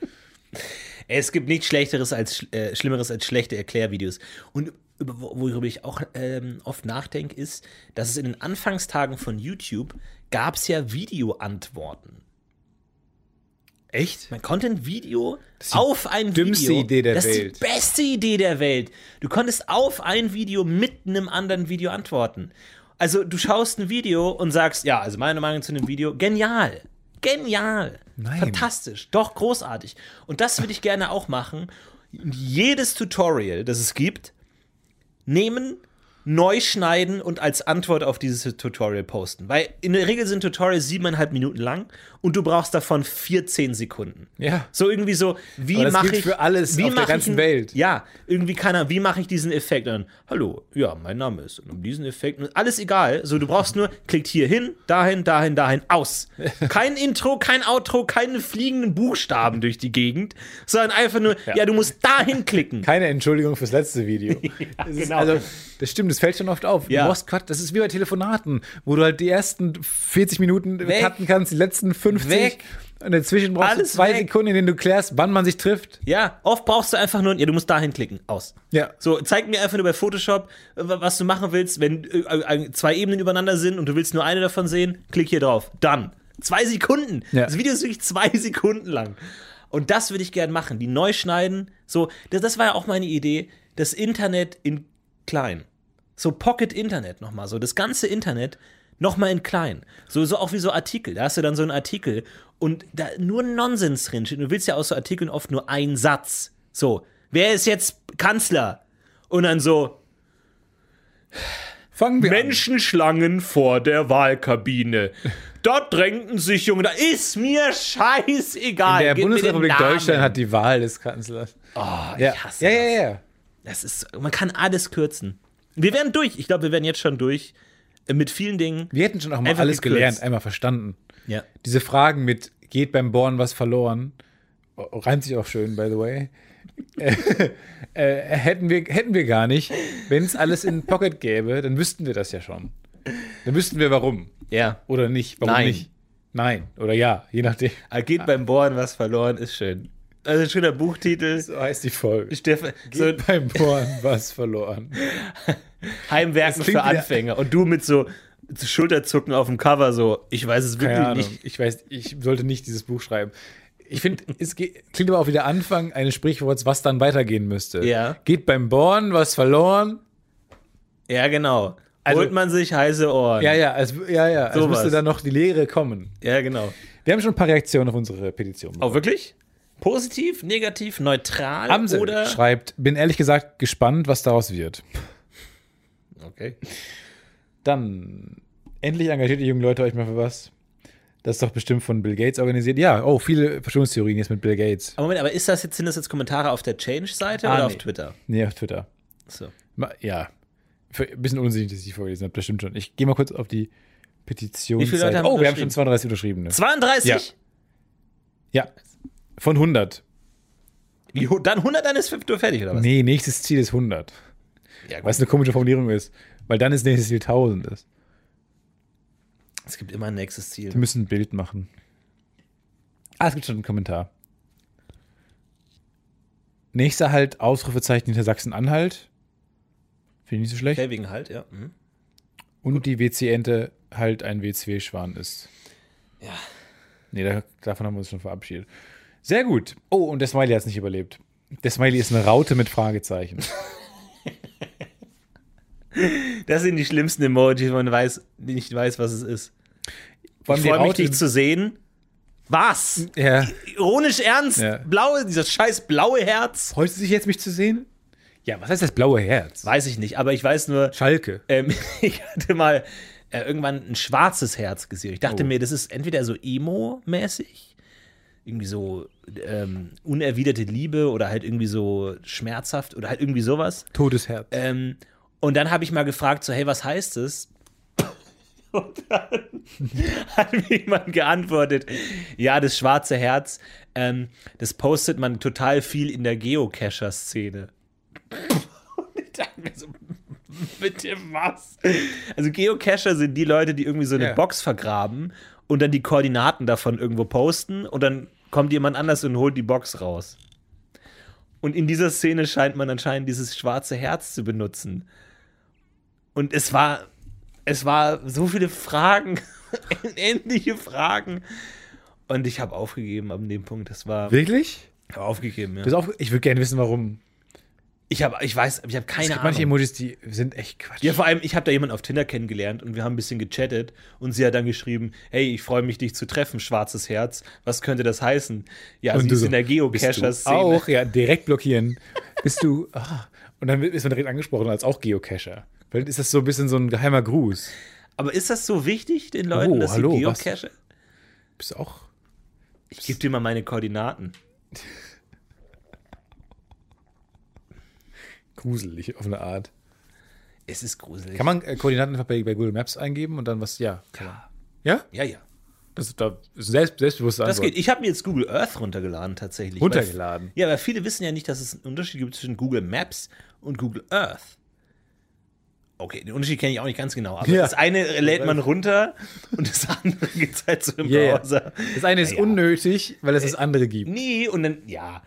Speaker 3: Es gibt nichts Schlechteres als schl- äh, Schlimmeres als schlechte Erklärvideos. Und über, wo- worüber ich auch ähm, oft nachdenke, ist, dass es in den Anfangstagen von YouTube gab es ja Videoantworten.
Speaker 2: Echt?
Speaker 3: Man konnte ein Video auf ein
Speaker 2: dümmste
Speaker 3: Video.
Speaker 2: Idee der
Speaker 3: das ist
Speaker 2: Welt.
Speaker 3: die beste Idee der Welt. Du konntest auf ein Video mit einem anderen Video antworten. Also du schaust ein Video und sagst, ja, also meine Meinung zu dem Video, genial. Genial.
Speaker 2: Nein.
Speaker 3: Fantastisch. Doch großartig. Und das würde ich gerne auch machen. Jedes Tutorial, das es gibt, nehmen, neu schneiden und als Antwort auf dieses Tutorial posten. Weil in der Regel sind Tutorials siebeneinhalb Minuten lang und du brauchst davon 14 Sekunden.
Speaker 2: Ja.
Speaker 3: So irgendwie so, wie
Speaker 2: Aber das
Speaker 3: mache
Speaker 2: gilt
Speaker 3: ich
Speaker 2: für alles
Speaker 3: wie
Speaker 2: auf der
Speaker 3: mache ich
Speaker 2: ganzen
Speaker 3: ein-
Speaker 2: Welt.
Speaker 3: Ja, irgendwie keiner, wie mache ich diesen Effekt? Und dann, hallo, ja, mein Name ist und um diesen Effekt und alles egal. So, du brauchst nur klickt hier hin, dahin, dahin, dahin,
Speaker 2: [laughs]
Speaker 3: aus. Kein Intro, kein Outro, keine fliegenden Buchstaben durch die Gegend, sondern einfach nur, ja, du musst dahin klicken.
Speaker 2: Keine Entschuldigung fürs letzte
Speaker 3: [laughs]
Speaker 2: Video. Es ist,
Speaker 3: genau.
Speaker 2: Also, das stimmt, das fällt schon oft auf.
Speaker 3: Ja.
Speaker 2: Du brauchst Cut, das ist wie bei Telefonaten, wo du halt die ersten 40 Minuten
Speaker 3: Weg.
Speaker 2: cutten kannst, die letzten 50.
Speaker 3: Weg.
Speaker 2: Und dazwischen brauchst
Speaker 3: Alles
Speaker 2: du zwei
Speaker 3: weg.
Speaker 2: Sekunden, in denen du klärst, wann man sich trifft.
Speaker 3: Ja, oft brauchst du einfach nur, ja, du musst dahin klicken, aus.
Speaker 2: Ja.
Speaker 3: So, zeig mir einfach nur bei Photoshop, äh, wa- was du machen willst, wenn äh, äh, zwei Ebenen übereinander sind und du willst nur eine davon sehen, klick hier drauf. Dann. Zwei Sekunden.
Speaker 2: Ja.
Speaker 3: Das Video ist wirklich zwei [laughs] Sekunden lang. Und das würde ich gern machen. Die neu schneiden. So, das, das war ja auch meine Idee. Das Internet in klein. So Pocket Internet nochmal, so das ganze Internet nochmal in klein. So, so auch wie so Artikel. Da hast du dann so einen Artikel und da nur Nonsens drinsteht. Du willst ja aus so Artikeln oft nur einen Satz. So, wer ist jetzt Kanzler? Und dann so,
Speaker 2: Fangen wir an.
Speaker 3: Menschenschlangen vor der Wahlkabine. Dort drängten sich Junge. Da ist mir scheißegal.
Speaker 2: Der
Speaker 3: Gib mir den
Speaker 2: Bundesrepublik
Speaker 3: Namen.
Speaker 2: Deutschland hat die Wahl des Kanzlers.
Speaker 3: Oh, ich
Speaker 2: Ja,
Speaker 3: hasse
Speaker 2: ja,
Speaker 3: das.
Speaker 2: ja, ja.
Speaker 3: Das ist, man kann alles kürzen. Wir werden durch. Ich glaube, wir werden jetzt schon durch. Äh, Mit vielen Dingen.
Speaker 2: Wir hätten schon auch mal
Speaker 3: Einfach
Speaker 2: alles
Speaker 3: gekürzt.
Speaker 2: gelernt, einmal verstanden.
Speaker 3: Ja.
Speaker 2: Diese Fragen mit geht beim Bohren was verloren, oh, reimt sich auch schön, by the way. [laughs] äh, äh, hätten, wir, hätten wir gar nicht. Wenn es alles in Pocket gäbe, dann wüssten wir das ja schon. Dann wüssten wir warum.
Speaker 3: Ja.
Speaker 2: Oder nicht. Warum
Speaker 3: Nein.
Speaker 2: nicht? Nein. Oder ja, je nachdem.
Speaker 3: Ah, Geht beim Bohren was verloren, ist schön. Also ein schöner Buchtitel.
Speaker 2: So heißt die Folge.
Speaker 3: Steffen, so
Speaker 2: Geht beim Bohren was verloren.
Speaker 3: Heimwerken
Speaker 2: Das klingt
Speaker 3: für
Speaker 2: wieder-
Speaker 3: Anfänger. Und du mit so Schulterzucken auf dem Cover, so, ich weiß es wirklich
Speaker 2: Keine Ahnung.
Speaker 3: nicht.
Speaker 2: Ich weiß, ich sollte nicht dieses Buch schreiben. Ich finde, es geht, klingt aber auch wie der Anfang eines Sprichworts, was dann weitergehen müsste.
Speaker 3: Ja.
Speaker 2: Geht beim Born was verloren.
Speaker 3: Ja, genau.
Speaker 2: Also-
Speaker 3: Holt man sich heiße Ohren.
Speaker 2: Ja, ja, als, ja, ja. Als
Speaker 3: Sowas.
Speaker 2: müsste dann noch die Lehre kommen.
Speaker 3: ja genau.
Speaker 2: Wir haben schon ein paar Reaktionen auf unsere Petition. bekommen.
Speaker 3: Oh, wirklich? Positiv, negativ, neutral
Speaker 2: Amsel
Speaker 3: Oh, oder.
Speaker 2: schreibt, bin ehrlich gesagt gespannt, was daraus wird.
Speaker 3: Okay.
Speaker 2: Dann, endlich engagiert ihr jungen Leute euch mal für was. Das ist doch bestimmt von Bill Gates organisiert. Ja, oh, viele Verschwörungstheorien jetzt mit Bill Gates.
Speaker 3: Aber Moment, aber ist das jetzt, sind das jetzt Kommentare auf der Change-Seite
Speaker 2: Ah,
Speaker 3: oder
Speaker 2: nee.
Speaker 3: auf Twitter?
Speaker 2: Nee, auf Twitter.
Speaker 3: So.
Speaker 2: Ma- Ja. Für- Ein bisschen unsinnig, dass ich die vorgelesen habe, das stimmt schon. Ich gehe mal kurz auf die Petition.
Speaker 3: Wie viele Leute haben
Speaker 2: oh, wir haben
Speaker 3: unterschrieben?
Speaker 2: schon 32 Unterschriebene.
Speaker 3: 32?
Speaker 2: Ja. Ja. Von 100.
Speaker 3: Jo, dann 100, dann ist 5 Uhr fertig, oder was?
Speaker 2: Nee, nächstes Ziel ist 100.
Speaker 3: Ja, gut.
Speaker 2: Was eine komische Formulierung ist. Weil dann ist nächstes Ziel 1000 ist.
Speaker 3: Es gibt immer ein nächstes Ziel.
Speaker 2: Wir müssen ein Bild machen. Ah, es gibt schon einen Kommentar. Nächster halt Ausrufezeichen hinter Sachsen-Anhalt. Finde ich nicht so schlecht.
Speaker 3: Okay, wegen halt, ja. Mhm.
Speaker 2: Und die WC-Ente halt ein WC-Schwan ist.
Speaker 3: Ja.
Speaker 2: Nee, da, davon haben wir uns schon verabschiedet. Sehr gut. Oh, und der Smiley hat es nicht überlebt. Der Smiley ist eine Raute mit Fragezeichen.
Speaker 3: Das sind die schlimmsten Emojis, wenn man weiß, nicht weiß, was es ist.
Speaker 2: Vor
Speaker 3: Ich
Speaker 2: die
Speaker 3: freue mich,
Speaker 2: Raute-
Speaker 3: dich zu sehen. Was?
Speaker 2: Ja.
Speaker 3: Ironisch ernst?
Speaker 2: Ja.
Speaker 3: Blaue, dieses scheiß blaue Herz?
Speaker 2: Freust du dich jetzt, mich zu sehen? Ja, was heißt das blaue Herz?
Speaker 3: Weiß ich nicht, aber ich weiß nur,
Speaker 2: Schalke.
Speaker 3: ähm, [laughs] ich hatte mal äh, irgendwann ein schwarzes Herz gesehen. Ich dachte mir, das ist entweder so emo-mäßig, irgendwie so ähm, unerwiderte Liebe oder halt irgendwie so schmerzhaft oder halt irgendwie sowas.
Speaker 2: Totes Herz.
Speaker 3: Ähm, und dann habe ich mal gefragt, so, hey, was heißt es? [laughs] Und dann [laughs] hat mir jemand geantwortet, ja, das schwarze Herz, ähm, das postet man total viel in der Geocacher-Szene. Und [laughs] ich dachte mir so, bitte was? Also Geocacher sind die Leute, die irgendwie so eine
Speaker 2: Ja.
Speaker 3: Box vergraben und dann die Koordinaten davon irgendwo posten und dann kommt jemand anders und holt die Box raus. Und in dieser Szene scheint man anscheinend dieses schwarze Herz zu benutzen. Und es war, es war so viele Fragen, [laughs] unendliche Fragen. Und ich habe aufgegeben an dem Punkt. Das war
Speaker 2: Wirklich?
Speaker 3: ich hab aufgegeben.
Speaker 2: Das
Speaker 3: Ja.
Speaker 2: ist auch, ich würde gerne wissen, warum.
Speaker 3: Ich habe, ich weiß, ich habe
Speaker 2: es
Speaker 3: keine
Speaker 2: gibt manche
Speaker 3: Ahnung.
Speaker 2: Emojis, die sind echt Quatsch.
Speaker 3: Ja, vor allem, ich habe da jemanden auf Tinder kennengelernt und wir haben ein bisschen gechattet und sie hat dann geschrieben, hey, ich freue mich, dich zu treffen, schwarzes Herz. Was könnte das heißen? Ja,
Speaker 2: Und
Speaker 3: sie
Speaker 2: du
Speaker 3: ist
Speaker 2: so,
Speaker 3: in der
Speaker 2: bist du
Speaker 3: Geocacher-Szene.
Speaker 2: auch, ja, direkt blockieren.
Speaker 3: [laughs]
Speaker 2: Bist du, ah. Und dann ist man direkt angesprochen als auch Geocacher. Vielleicht ist das so ein bisschen so ein geheimer Gruß.
Speaker 3: Aber ist das so wichtig den Leuten,
Speaker 2: Oh,
Speaker 3: dass
Speaker 2: hallo,
Speaker 3: sie
Speaker 2: was-
Speaker 3: Geocacher?
Speaker 2: Bist du auch?
Speaker 3: Ich gebe dir mal meine Koordinaten.
Speaker 2: Gruselig auf eine Art.
Speaker 3: Es ist gruselig.
Speaker 2: Kann man äh, Koordinaten einfach bei, bei Google Maps eingeben und dann was? Ja. Kann man. Ja?
Speaker 3: ja, ja.
Speaker 2: Das ist da ist selbst, selbstbewusste
Speaker 3: Das
Speaker 2: Antwort.
Speaker 3: geht. Ich habe mir jetzt Google Earth runtergeladen tatsächlich.
Speaker 2: Runtergeladen?
Speaker 3: Weil, ja, weil viele wissen ja nicht, dass es einen Unterschied gibt zwischen Google Maps und Google Earth. Okay, den Unterschied kenne ich auch nicht ganz genau. Aber
Speaker 2: Ja. Äh.
Speaker 3: das eine lädt man runter und das andere [laughs] geht halt so im
Speaker 2: Yeah.
Speaker 3: Browser.
Speaker 2: Das eine ist
Speaker 3: Ja, Äh, ja.
Speaker 2: unnötig, weil es das andere gibt.
Speaker 3: Nee, und dann, ja.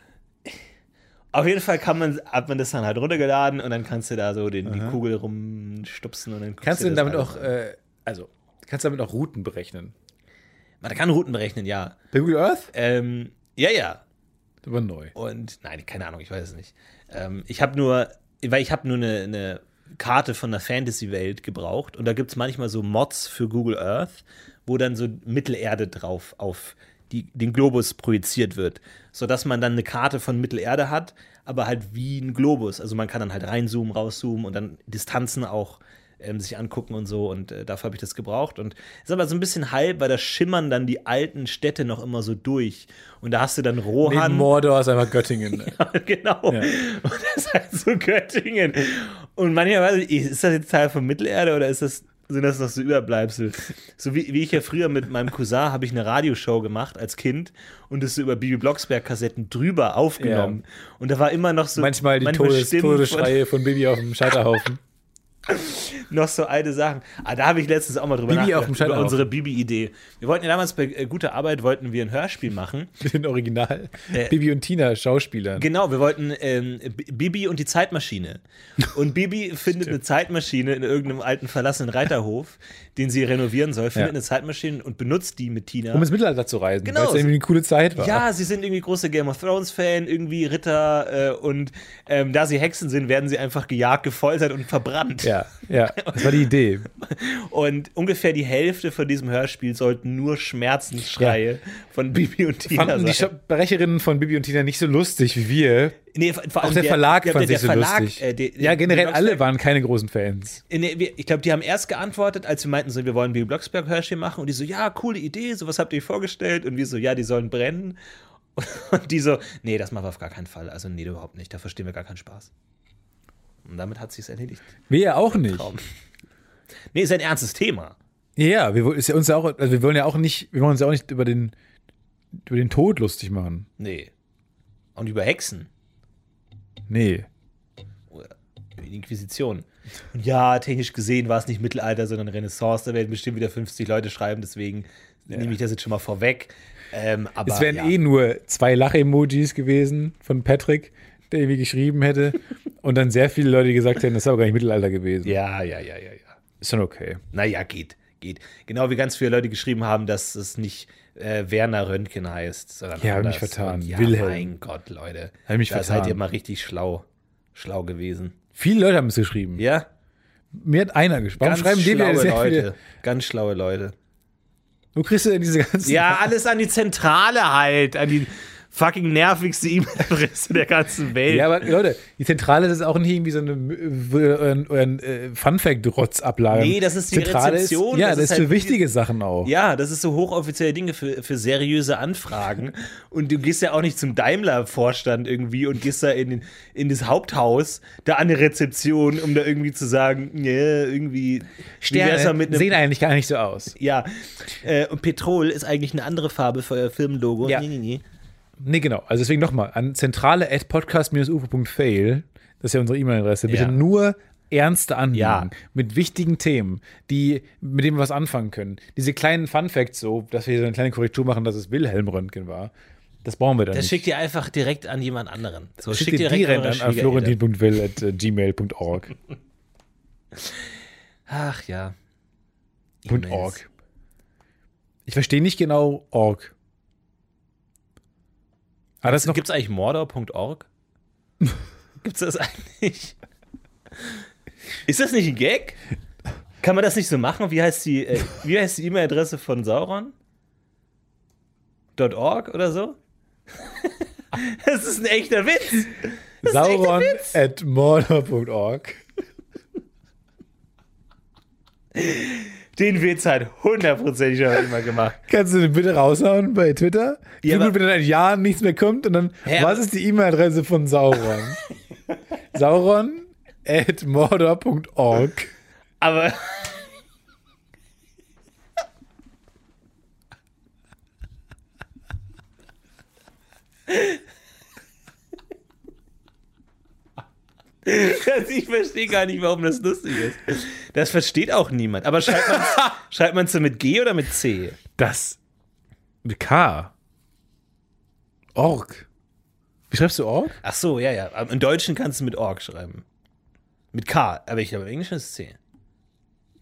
Speaker 3: Auf jeden Fall kann man, hat man das dann halt runtergeladen und dann kannst du da so den, die Kugel rumstupsen und dann guckst
Speaker 2: Kannst du denn
Speaker 3: das halt
Speaker 2: damit
Speaker 3: alles
Speaker 2: auch,
Speaker 3: an.
Speaker 2: äh, also, kannst du damit auch Routen berechnen? äh
Speaker 3: Man kann Routen berechnen, ja.
Speaker 2: Bei Google Earth?
Speaker 3: Ähm, ja, ja.
Speaker 2: Das war neu.
Speaker 3: Und nein, keine Ahnung, ich weiß es nicht. Ähm, ich habe nur, weil ich habe nur eine, eine Karte von der Fantasy-Welt gebraucht und da gibt es manchmal so Mods für Google Earth, wo dann so Mittelerde drauf auf die, den Globus projiziert wird, sodass man dann eine Karte von Mittelerde hat, aber halt wie ein Globus. Also man kann dann halt reinzoomen, rauszoomen und dann Distanzen auch ähm, sich angucken und so. Und äh, dafür habe ich das gebraucht. Und ist aber so ein bisschen halb, weil da schimmern dann die alten Städte noch immer so durch. Und da hast du dann
Speaker 2: Neben
Speaker 3: Rohan.
Speaker 2: Mordor ist einfach Göttingen.
Speaker 3: [laughs] genau. Und das ist halt so Göttingen. Und manchmal ist das jetzt Teil von Mittelerde oder ist das, sind das noch so Überbleibsel? So wie, wie ich ja früher mit meinem Cousin habe ich eine Radioshow gemacht als Kind und das so über Bibi Blocksberg-Kassetten drüber aufgenommen. Und da war immer noch so
Speaker 2: Manchmal die Todes
Speaker 3: Stimmen
Speaker 2: Todesschreie von Bibi auf dem Scheiterhaufen.
Speaker 3: von, noch so alte Sachen. Ah, da habe ich letztens auch mal drüber
Speaker 2: Bibi auf
Speaker 3: nachgedacht,
Speaker 2: dem
Speaker 3: über
Speaker 2: Scheiterhaufen.
Speaker 3: unsere Bibi-Idee. Wir wollten ja damals bei äh, guter Arbeit wollten wir ein Hörspiel machen.
Speaker 2: Den Original.
Speaker 3: Äh,
Speaker 2: Bibi und Tina, Schauspielern.
Speaker 3: Genau, wir wollten ähm, B- Bibi und die Zeitmaschine. Und
Speaker 2: [laughs]
Speaker 3: Bibi findet eine Zeitmaschine in irgendeinem alten verlassenen Reiterhof, den sie renovieren soll, findet
Speaker 2: Ja.
Speaker 3: eine Zeitmaschine und benutzt die mit Tina.
Speaker 2: Um ins Mittelalter zu reisen,
Speaker 3: Genau,
Speaker 2: weil es
Speaker 3: sie-
Speaker 2: irgendwie eine coole Zeit war.
Speaker 3: ja, sie sind irgendwie große Game of Thrones-Fan, irgendwie Ritter äh, und ähm, da sie Hexen sind, werden sie einfach gejagt, gefoltert und verbrannt.
Speaker 2: Ja, ja. Das war die Idee.
Speaker 3: [laughs] Und ungefähr die Hälfte von diesem Hörspiel sollten nur Schmerzensschreie von Bibi und Tina
Speaker 2: Fanden die
Speaker 3: sein.
Speaker 2: Sprecherinnen von Bibi und Tina nicht so lustig wie wir.
Speaker 3: Nee, vor
Speaker 2: Auch der Verlag
Speaker 3: ja,
Speaker 2: fand
Speaker 3: der
Speaker 2: sich so
Speaker 3: Verlag,
Speaker 2: lustig.
Speaker 3: äh, der-
Speaker 2: ja,
Speaker 3: der-
Speaker 2: generell
Speaker 3: der-
Speaker 2: alle waren keine großen Fans.
Speaker 3: Nee, wir, ich glaube, die haben erst geantwortet, als wir meinten, so, wir wollen Bibi Blocksberg Hörspiel machen. Und die so, ja, coole Idee, so was habt ihr vorgestellt? Und wir so, ja, die sollen brennen. [laughs] Und die so, nee, das machen wir auf gar keinen Fall. Also, nee, überhaupt nicht. Da verstehen wir gar keinen Spaß. Und damit hat sich's erledigt.
Speaker 2: Wir ja auch nicht.
Speaker 3: Traum. Nee, ist ein ernstes Thema.
Speaker 2: Ja, wir, wo- ist ja uns ja auch, also wir wollen ja auch nicht, wir wollen uns ja auch nicht über den, über den Tod lustig machen.
Speaker 3: Nee. Und über Hexen.
Speaker 2: Nee.
Speaker 3: Oder über die Inquisition. Und ja, technisch gesehen war es nicht Mittelalter, sondern Renaissance. Da werden bestimmt wieder 50 Leute schreiben, deswegen nehme ich das jetzt schon mal vorweg. Ähm, aber
Speaker 2: Es wären
Speaker 3: ja.
Speaker 2: eh nur zwei Lach-Emojis gewesen von Patrick, der irgendwie geschrieben hätte. und dann sehr viele Leute die gesagt hätten, das ist aber gar nicht Mittelalter gewesen.
Speaker 3: Ja, ja, ja, ja, ja.
Speaker 2: Ist schon okay.
Speaker 3: Naja, geht, geht. Genau wie ganz viele Leute geschrieben haben, dass es nicht äh, Werner Röntgen heißt, sondern
Speaker 2: Ja, hab
Speaker 3: anders.
Speaker 2: mich vertan.
Speaker 3: Und ja,
Speaker 2: Wilhelm.
Speaker 3: mein Gott, Leute.
Speaker 2: Hab mich
Speaker 3: da
Speaker 2: vertan.
Speaker 3: seid ihr mal richtig schlau. Schlau gewesen.
Speaker 2: Viele Leute haben es geschrieben.
Speaker 3: Ja?
Speaker 2: Mir hat einer geschrieben. Warum
Speaker 3: ganz
Speaker 2: schreiben die
Speaker 3: schlaue
Speaker 2: wieder sehr
Speaker 3: Leute.
Speaker 2: viele?
Speaker 3: Ganz schlaue Leute.
Speaker 2: Wo kriegst du denn diese ganzen
Speaker 3: Ja, alles an die Zentrale halt. An die fucking nervigste E-Mail-Adresse der ganzen Welt.
Speaker 2: Ja, aber Leute, die Zentrale ist auch nicht irgendwie so eine äh, euren, euren äh, Funfact-Rotz-Ablage.
Speaker 3: Nee, das ist die Rezeption,
Speaker 2: Ist, ja,
Speaker 3: das
Speaker 2: das,
Speaker 3: ist
Speaker 2: ist für
Speaker 3: halt-
Speaker 2: wichtige Sachen auch.
Speaker 3: Ja, das ist so hochoffizielle Dinge für, für seriöse Anfragen. Und du gehst ja auch nicht zum Daimler-Vorstand irgendwie und gehst da in, den- in das Haupthaus, da an die Rezeption, um da irgendwie zu sagen, nee, irgendwie
Speaker 2: Sterne
Speaker 3: wie wär's mal mit einem.
Speaker 2: äh, sehen eigentlich gar nicht so aus.
Speaker 3: Ja, äh, und Petrol ist eigentlich eine andere Farbe für euer Firmenlogo.
Speaker 2: Ja.
Speaker 3: Nee, nee, nee.
Speaker 2: Nee, genau. Also deswegen nochmal, an zentrale at podcast-ufo.fail, das ist ja unsere E-Mail-Adresse, bitte
Speaker 3: Ja.
Speaker 2: nur ernste Anliegen
Speaker 3: Ja.
Speaker 2: mit wichtigen Themen, die, mit denen wir was anfangen können. Diese kleinen Fun-Facts, so, dass wir hier so eine kleine Korrektur machen, dass es Wilhelm Röntgen war, das brauchen wir dann
Speaker 3: Das
Speaker 2: nicht.
Speaker 3: schickt ihr einfach direkt an jemand anderen. So,
Speaker 2: Schickt ihr direkt an, äh, an
Speaker 3: Florentin. [laughs]
Speaker 2: florentin.will.gmail.org.
Speaker 3: Ach ja.
Speaker 2: Punkt
Speaker 3: E-Mails.
Speaker 2: org. Ich verstehe nicht genau org. Ah, das ist noch
Speaker 3: Gibt es eigentlich
Speaker 2: [laughs]
Speaker 3: Mordor.org? Gibt es das eigentlich? Ist das nicht ein Gag? Kann man das nicht so machen? Wie heißt die äh, wie heißt die E-Mail-Adresse von Sauron? .org oder so? [laughs] Das ist ein echter Witz.
Speaker 2: sauron at mordor.org.
Speaker 3: Den Witz hat hundertprozentig schon immer gemacht.
Speaker 2: Kannst du den bitte raushauen bei Twitter?
Speaker 3: Ja,
Speaker 2: Ja,
Speaker 3: aber-
Speaker 2: gut, wenn dann ein Jahr nichts mehr kommt und dann,
Speaker 3: Hä,
Speaker 2: was
Speaker 3: aber-
Speaker 2: ist die E-Mail-Adresse von Sauron? [laughs] sauron at mordor.org.
Speaker 3: Aber. [laughs] Also ich verstehe gar nicht, warum das lustig ist. Das versteht auch niemand. Aber schreibt [laughs] man schreibt man's so mit G oder mit C?
Speaker 2: Das. Mit K. Org. Wie schreibst du Org?
Speaker 3: Ach so, ja, ja. Im Deutschen kannst du mit Org schreiben. Mit K. Aber ich glaube, im Englischen ist es C.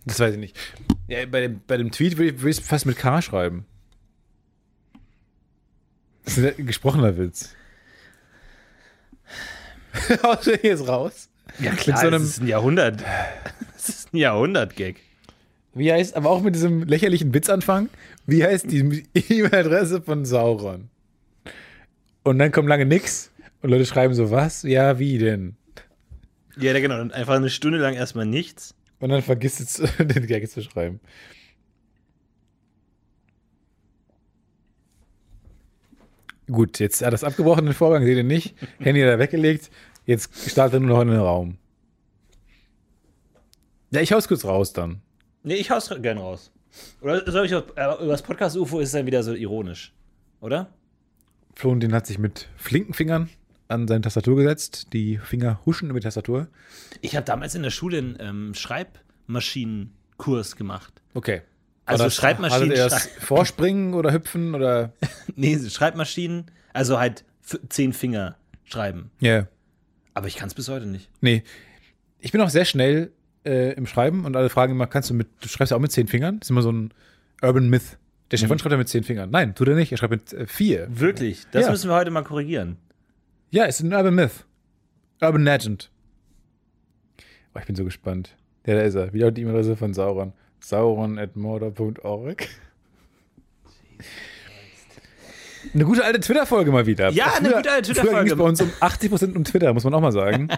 Speaker 2: Das weiß ich nicht. Ja, bei, dem, bei dem Tweet würde ich, würd ich fast mit K schreiben. Das ist ein gesprochener [laughs] Witz. Haust du hier jetzt raus?
Speaker 3: Ja,
Speaker 2: klar,
Speaker 3: So einem
Speaker 2: es
Speaker 3: ist ein [laughs] Jahrhundert. Das ist ein Jahrhundert-Gag.
Speaker 2: Wie heißt, aber auch mit diesem lächerlichen Witzanfang, wie heißt die E-Mail-Adresse von Sauron? Und dann kommt lange nix und Leute schreiben so, was? Ja, wie denn?
Speaker 3: Ja, ja, genau. Und einfach eine Stunde lang erstmal nichts.
Speaker 2: Und dann vergisst es, [laughs] den Gag zu schreiben. Gut, jetzt hat das abgebrochen, den Vorgang seht ihr nicht. Handy da weggelegt. Jetzt startet nur noch in den Raum. Ja, ich hau's kurz raus dann.
Speaker 3: Nee, ich hau's gern raus. Oder soll ich auf, äh, aber über das Podcast-UFO ist es dann wieder so ironisch, oder?
Speaker 2: Flo, den hat sich mit flinken Fingern an seine Tastatur gesetzt. Die Finger huschen über die Tastatur.
Speaker 3: Ich habe damals in der Schule einen ähm, Schreibmaschinenkurs gemacht.
Speaker 2: Okay.
Speaker 3: Also
Speaker 2: War
Speaker 3: Schreibmaschinen-
Speaker 2: Hattet ihr das Vorspringen oder
Speaker 3: [laughs]
Speaker 2: Hüpfen oder.
Speaker 3: Nee, Schreibmaschinen, also halt f- zehn Finger schreiben.
Speaker 2: Ja.
Speaker 3: Aber ich kann's bis heute nicht.
Speaker 2: Nee. Ich bin auch sehr schnell äh, im Schreiben und alle fragen immer, kannst du mit, du schreibst ja auch mit zehn Fingern? Das ist immer so ein Urban Myth. Der Stefan schreibt ja mit zehn Fingern. Nein, tut er nicht. Er schreibt mit äh, vier.
Speaker 3: Wirklich, das
Speaker 2: Ja.
Speaker 3: müssen wir heute mal korrigieren.
Speaker 2: Ja, ist ein Urban Myth. Urban Legend. Oh, ich bin so gespannt. Ja, da ist er. Wieder die E-Mail-Adresse von Sauron. Sauron.morder.org. Eine gute alte Twitter-Folge mal wieder.
Speaker 3: Ja, eine gute alte
Speaker 2: Früher ging es
Speaker 3: Twitter-Folge.
Speaker 2: bei uns um 80% um Twitter, muss man auch mal
Speaker 3: [laughs]
Speaker 2: sagen.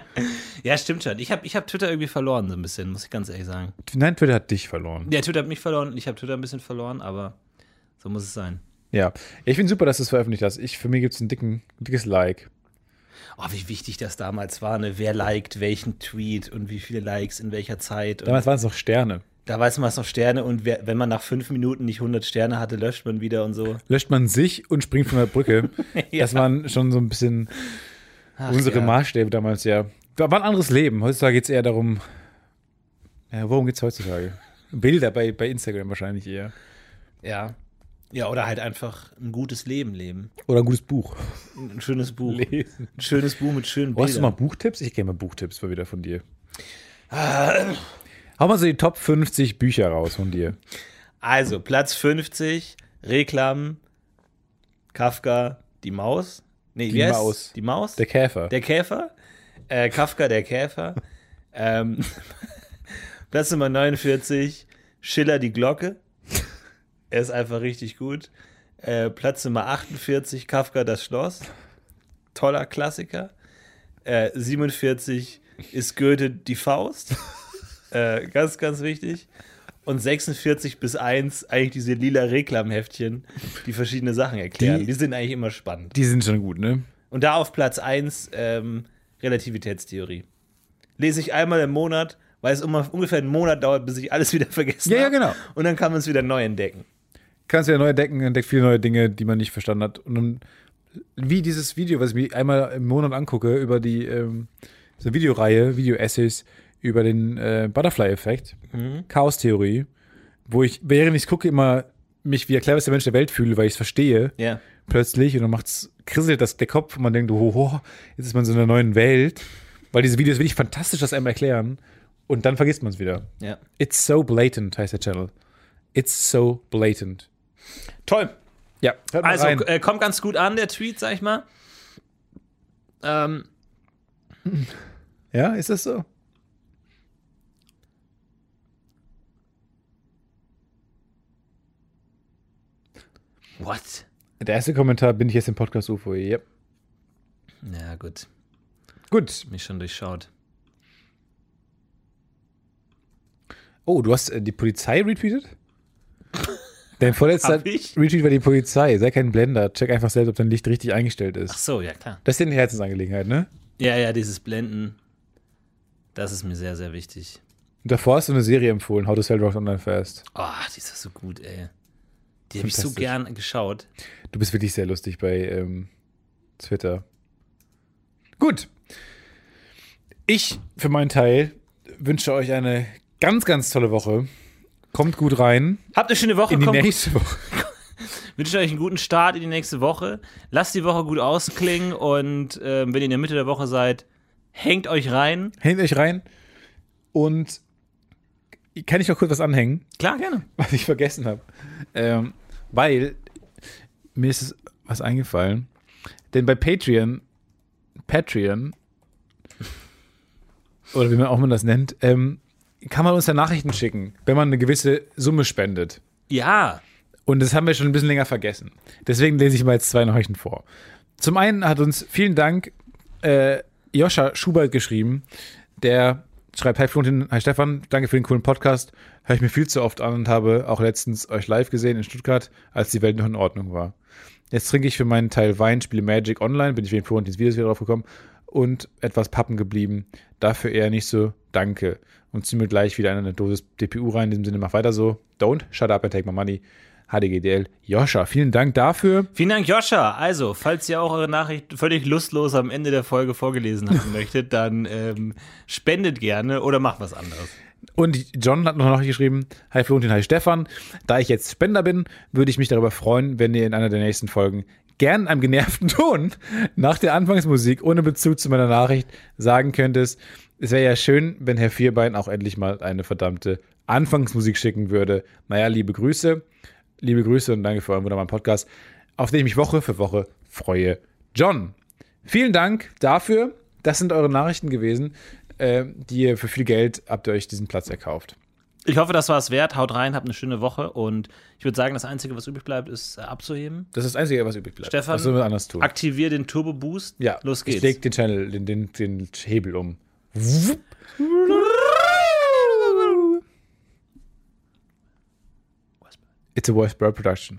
Speaker 3: Ja, stimmt schon. Ich habe ich hab Twitter irgendwie verloren, so ein bisschen, muss ich ganz ehrlich sagen.
Speaker 2: Nein, Twitter hat dich verloren.
Speaker 3: Ja, Twitter hat mich verloren und ich habe Twitter ein bisschen verloren, aber so muss es sein.
Speaker 2: Ja. Ich finde super, dass du es veröffentlicht hast. Ich, für mich gibt es ein dicken, dickes Like.
Speaker 3: Oh, wie wichtig das damals war, ne? Wer liked welchen Tweet und wie viele Likes in welcher Zeit. Und
Speaker 2: Damals waren es noch Sterne.
Speaker 3: da weiß man es noch Sterne und wer, wenn man nach fünf Minuten nicht 100 Sterne hatte, löscht man wieder und so.
Speaker 2: Löscht man sich und springt von der Brücke.
Speaker 3: [laughs] Ja.
Speaker 2: Das waren schon so ein bisschen
Speaker 3: Ach,
Speaker 2: unsere
Speaker 3: ja.
Speaker 2: Maßstäbe damals, ja. Da war ein anderes Leben. Heutzutage geht es eher darum, ja, worum geht es heutzutage? Bilder bei, bei Instagram wahrscheinlich eher.
Speaker 3: Ja. Ja, oder halt einfach ein gutes Leben leben.
Speaker 2: Oder ein gutes Buch.
Speaker 3: Ein schönes Buch.
Speaker 2: Lesen.
Speaker 3: Ein schönes Buch mit schönen
Speaker 2: Oh,
Speaker 3: Bildern.
Speaker 2: hast du mal Buchtipps? Ich kenne mal Buchtipps mal wieder von dir. Hau mal so die Top 50 Bücher raus von dir.
Speaker 3: Also, Platz 50, Reklam, Kafka, die Maus. Nee,
Speaker 2: Die
Speaker 3: wie heißt's?
Speaker 2: Maus.
Speaker 3: Die Maus?
Speaker 2: Der Käfer.
Speaker 3: Der Käfer. Äh, Kafka, der Käfer. ähm, [laughs] Platz Nummer 49, Schiller, die Glocke. Er ist einfach richtig gut. Äh, Platz Nummer 48, Kafka, das Schloss. Toller Klassiker. Äh, 47 ist Goethe, die Faust. Äh, ganz, ganz wichtig. Und 46 bis 1 eigentlich diese lila Reklamheftchen, die verschiedene Sachen erklären.
Speaker 2: Die-
Speaker 3: Die, sind eigentlich immer spannend.
Speaker 2: die sind schon gut, ne?
Speaker 3: Und da auf Platz 1 ähm, Relativitätstheorie. Lese ich einmal im Monat, weil es immer, ungefähr einen Monat dauert, bis ich alles [laughs] wieder vergessen
Speaker 2: Ja, ja,
Speaker 3: habe.
Speaker 2: genau.
Speaker 3: Und dann kann man es wieder neu entdecken.
Speaker 2: Kannst wieder neu entdecken, entdeckt viele neue Dinge, die man nicht verstanden hat. Und dann, wie dieses Video, was ich mir einmal im Monat angucke, über die ähm, so eine Videoreihe, Video-Essays über den äh, Butterfly-Effekt, Chaos-Theorie, wo ich, während ich es gucke, immer mich wie der cleverste Mensch der Welt fühle, weil ich es verstehe.
Speaker 3: Ja.
Speaker 2: plötzlich und dann macht's, krisselt das der Kopf und man denkt, oh, oh, jetzt ist man so in einer neuen Welt, weil diese Videos wirklich fantastisch das einem erklären und dann vergisst man es wieder.
Speaker 3: ja.
Speaker 2: It's so blatant heißt der Channel. It's so blatant.
Speaker 3: Toll.
Speaker 2: Ja, hört mal
Speaker 3: Also
Speaker 2: rein.
Speaker 3: äh, kommt ganz gut an, der Tweet, sag ich mal. Ähm,
Speaker 2: Ja, ist das so?
Speaker 3: what?
Speaker 2: Der erste Kommentar bin ich jetzt im Podcast UFO. Yep.
Speaker 3: Ja, gut.
Speaker 2: Gut.
Speaker 3: Mich schon durchschaut.
Speaker 2: Oh, du hast äh, die Polizei [laughs] retweetet? Dein vorletzter
Speaker 3: Hab ich?
Speaker 2: Retweet war die Polizei. Sei kein Blender. Check einfach selbst, ob dein Licht richtig eingestellt
Speaker 3: Ach
Speaker 2: ist.
Speaker 3: so, ja, klar.
Speaker 2: Das ist dir eine Herzensangelegenheit, ne?
Speaker 3: Ja, ja, dieses Blenden. Das ist mir sehr, sehr wichtig.
Speaker 2: Und davor hast du eine Serie empfohlen, How to Sell Drugs Online Fast.
Speaker 3: Ah, die ist so gut, ey. Die habe ich so
Speaker 2: Fantastisch.
Speaker 3: gern geschaut.
Speaker 2: Du bist wirklich sehr lustig bei ähm, Twitter. Gut. Ich für meinen Teil wünsche euch eine ganz, ganz tolle Woche. Kommt gut rein
Speaker 3: Habt eine schöne Woche.
Speaker 2: in die
Speaker 3: kommt gut
Speaker 2: nächste Woche.
Speaker 3: wünsche euch einen guten Start in die nächste Woche. Lasst die Woche gut ausklingen und ähm, wenn ihr in der Mitte der Woche seid, hängt euch rein.
Speaker 2: Hängt euch rein. Und kann ich noch kurz was anhängen, [laughs]
Speaker 3: Klar, gerne.
Speaker 2: was ich vergessen habe? Ähm, weil mir ist es was eingefallen. Denn bei Patreon, Patreon, oder wie man auch man das nennt, ähm, kann man uns ja Nachrichten schicken, wenn man eine gewisse Summe spendet.
Speaker 3: Ja.
Speaker 2: Und das haben wir schon ein bisschen länger vergessen. Deswegen lese ich mal jetzt zwei Nachrichten vor. Zum einen hat uns vielen Dank äh, Joscha Schubert geschrieben, der schreibt, hi Florentin, hi Stefan, danke für den coolen Podcast. Höre ich mir viel zu oft an und habe auch letztens euch live gesehen in Stuttgart, als die Welt noch in Ordnung war. Jetzt trinke ich für meinen Teil Wein, spiele Magic online, bin ich wegen Florentins Videos wieder drauf gekommen und etwas pappen geblieben. Dafür eher nicht so danke. Und zieh mir gleich wieder eine Dosis DPU rein. In diesem Sinne, mach weiter so. Don't shut up and take my money. HDGDL. Joscha, vielen Dank dafür.
Speaker 3: Vielen Dank, Joscha. Also, falls ihr auch eure Nachricht völlig lustlos am Ende der Folge vorgelesen haben [laughs] möchtet, dann ähm, spendet gerne oder macht was anderes.
Speaker 2: Und John hat noch eine Nachricht geschrieben: Hi Florentin, hi Stefan. Da ich jetzt Spender bin, würde ich mich darüber freuen, wenn ihr in einer der nächsten Folgen gern am genervten [laughs] Ton nach der Anfangsmusik ohne Bezug zu meiner Nachricht sagen könntest. Es wäre ja schön, wenn Herr Vierbein auch endlich mal eine verdammte Anfangsmusik schicken würde. Naja, liebe Grüße. Liebe Grüße und danke für euren wunderbaren Podcast, auf den ich mich Woche für Woche freue. John, vielen Dank dafür. Das sind eure Nachrichten gewesen. äh, die ihr für viel Geld habt ihr euch diesen Platz erkauft.
Speaker 3: Ich hoffe, das war es wert. Haut rein, habt eine schöne Woche und ich würde sagen, das Einzige, was übrig bleibt, ist äh, abzuheben.
Speaker 2: Das ist das Einzige, was übrig bleibt.
Speaker 3: Stefan,
Speaker 2: was sollen wir anders tun?
Speaker 3: Aktivier den Turbo Boost.
Speaker 2: Ja,
Speaker 3: Los
Speaker 2: Ich
Speaker 3: geht's.
Speaker 2: leg den Channel, den, den, den Hebel um. It's a Worst Bird Production.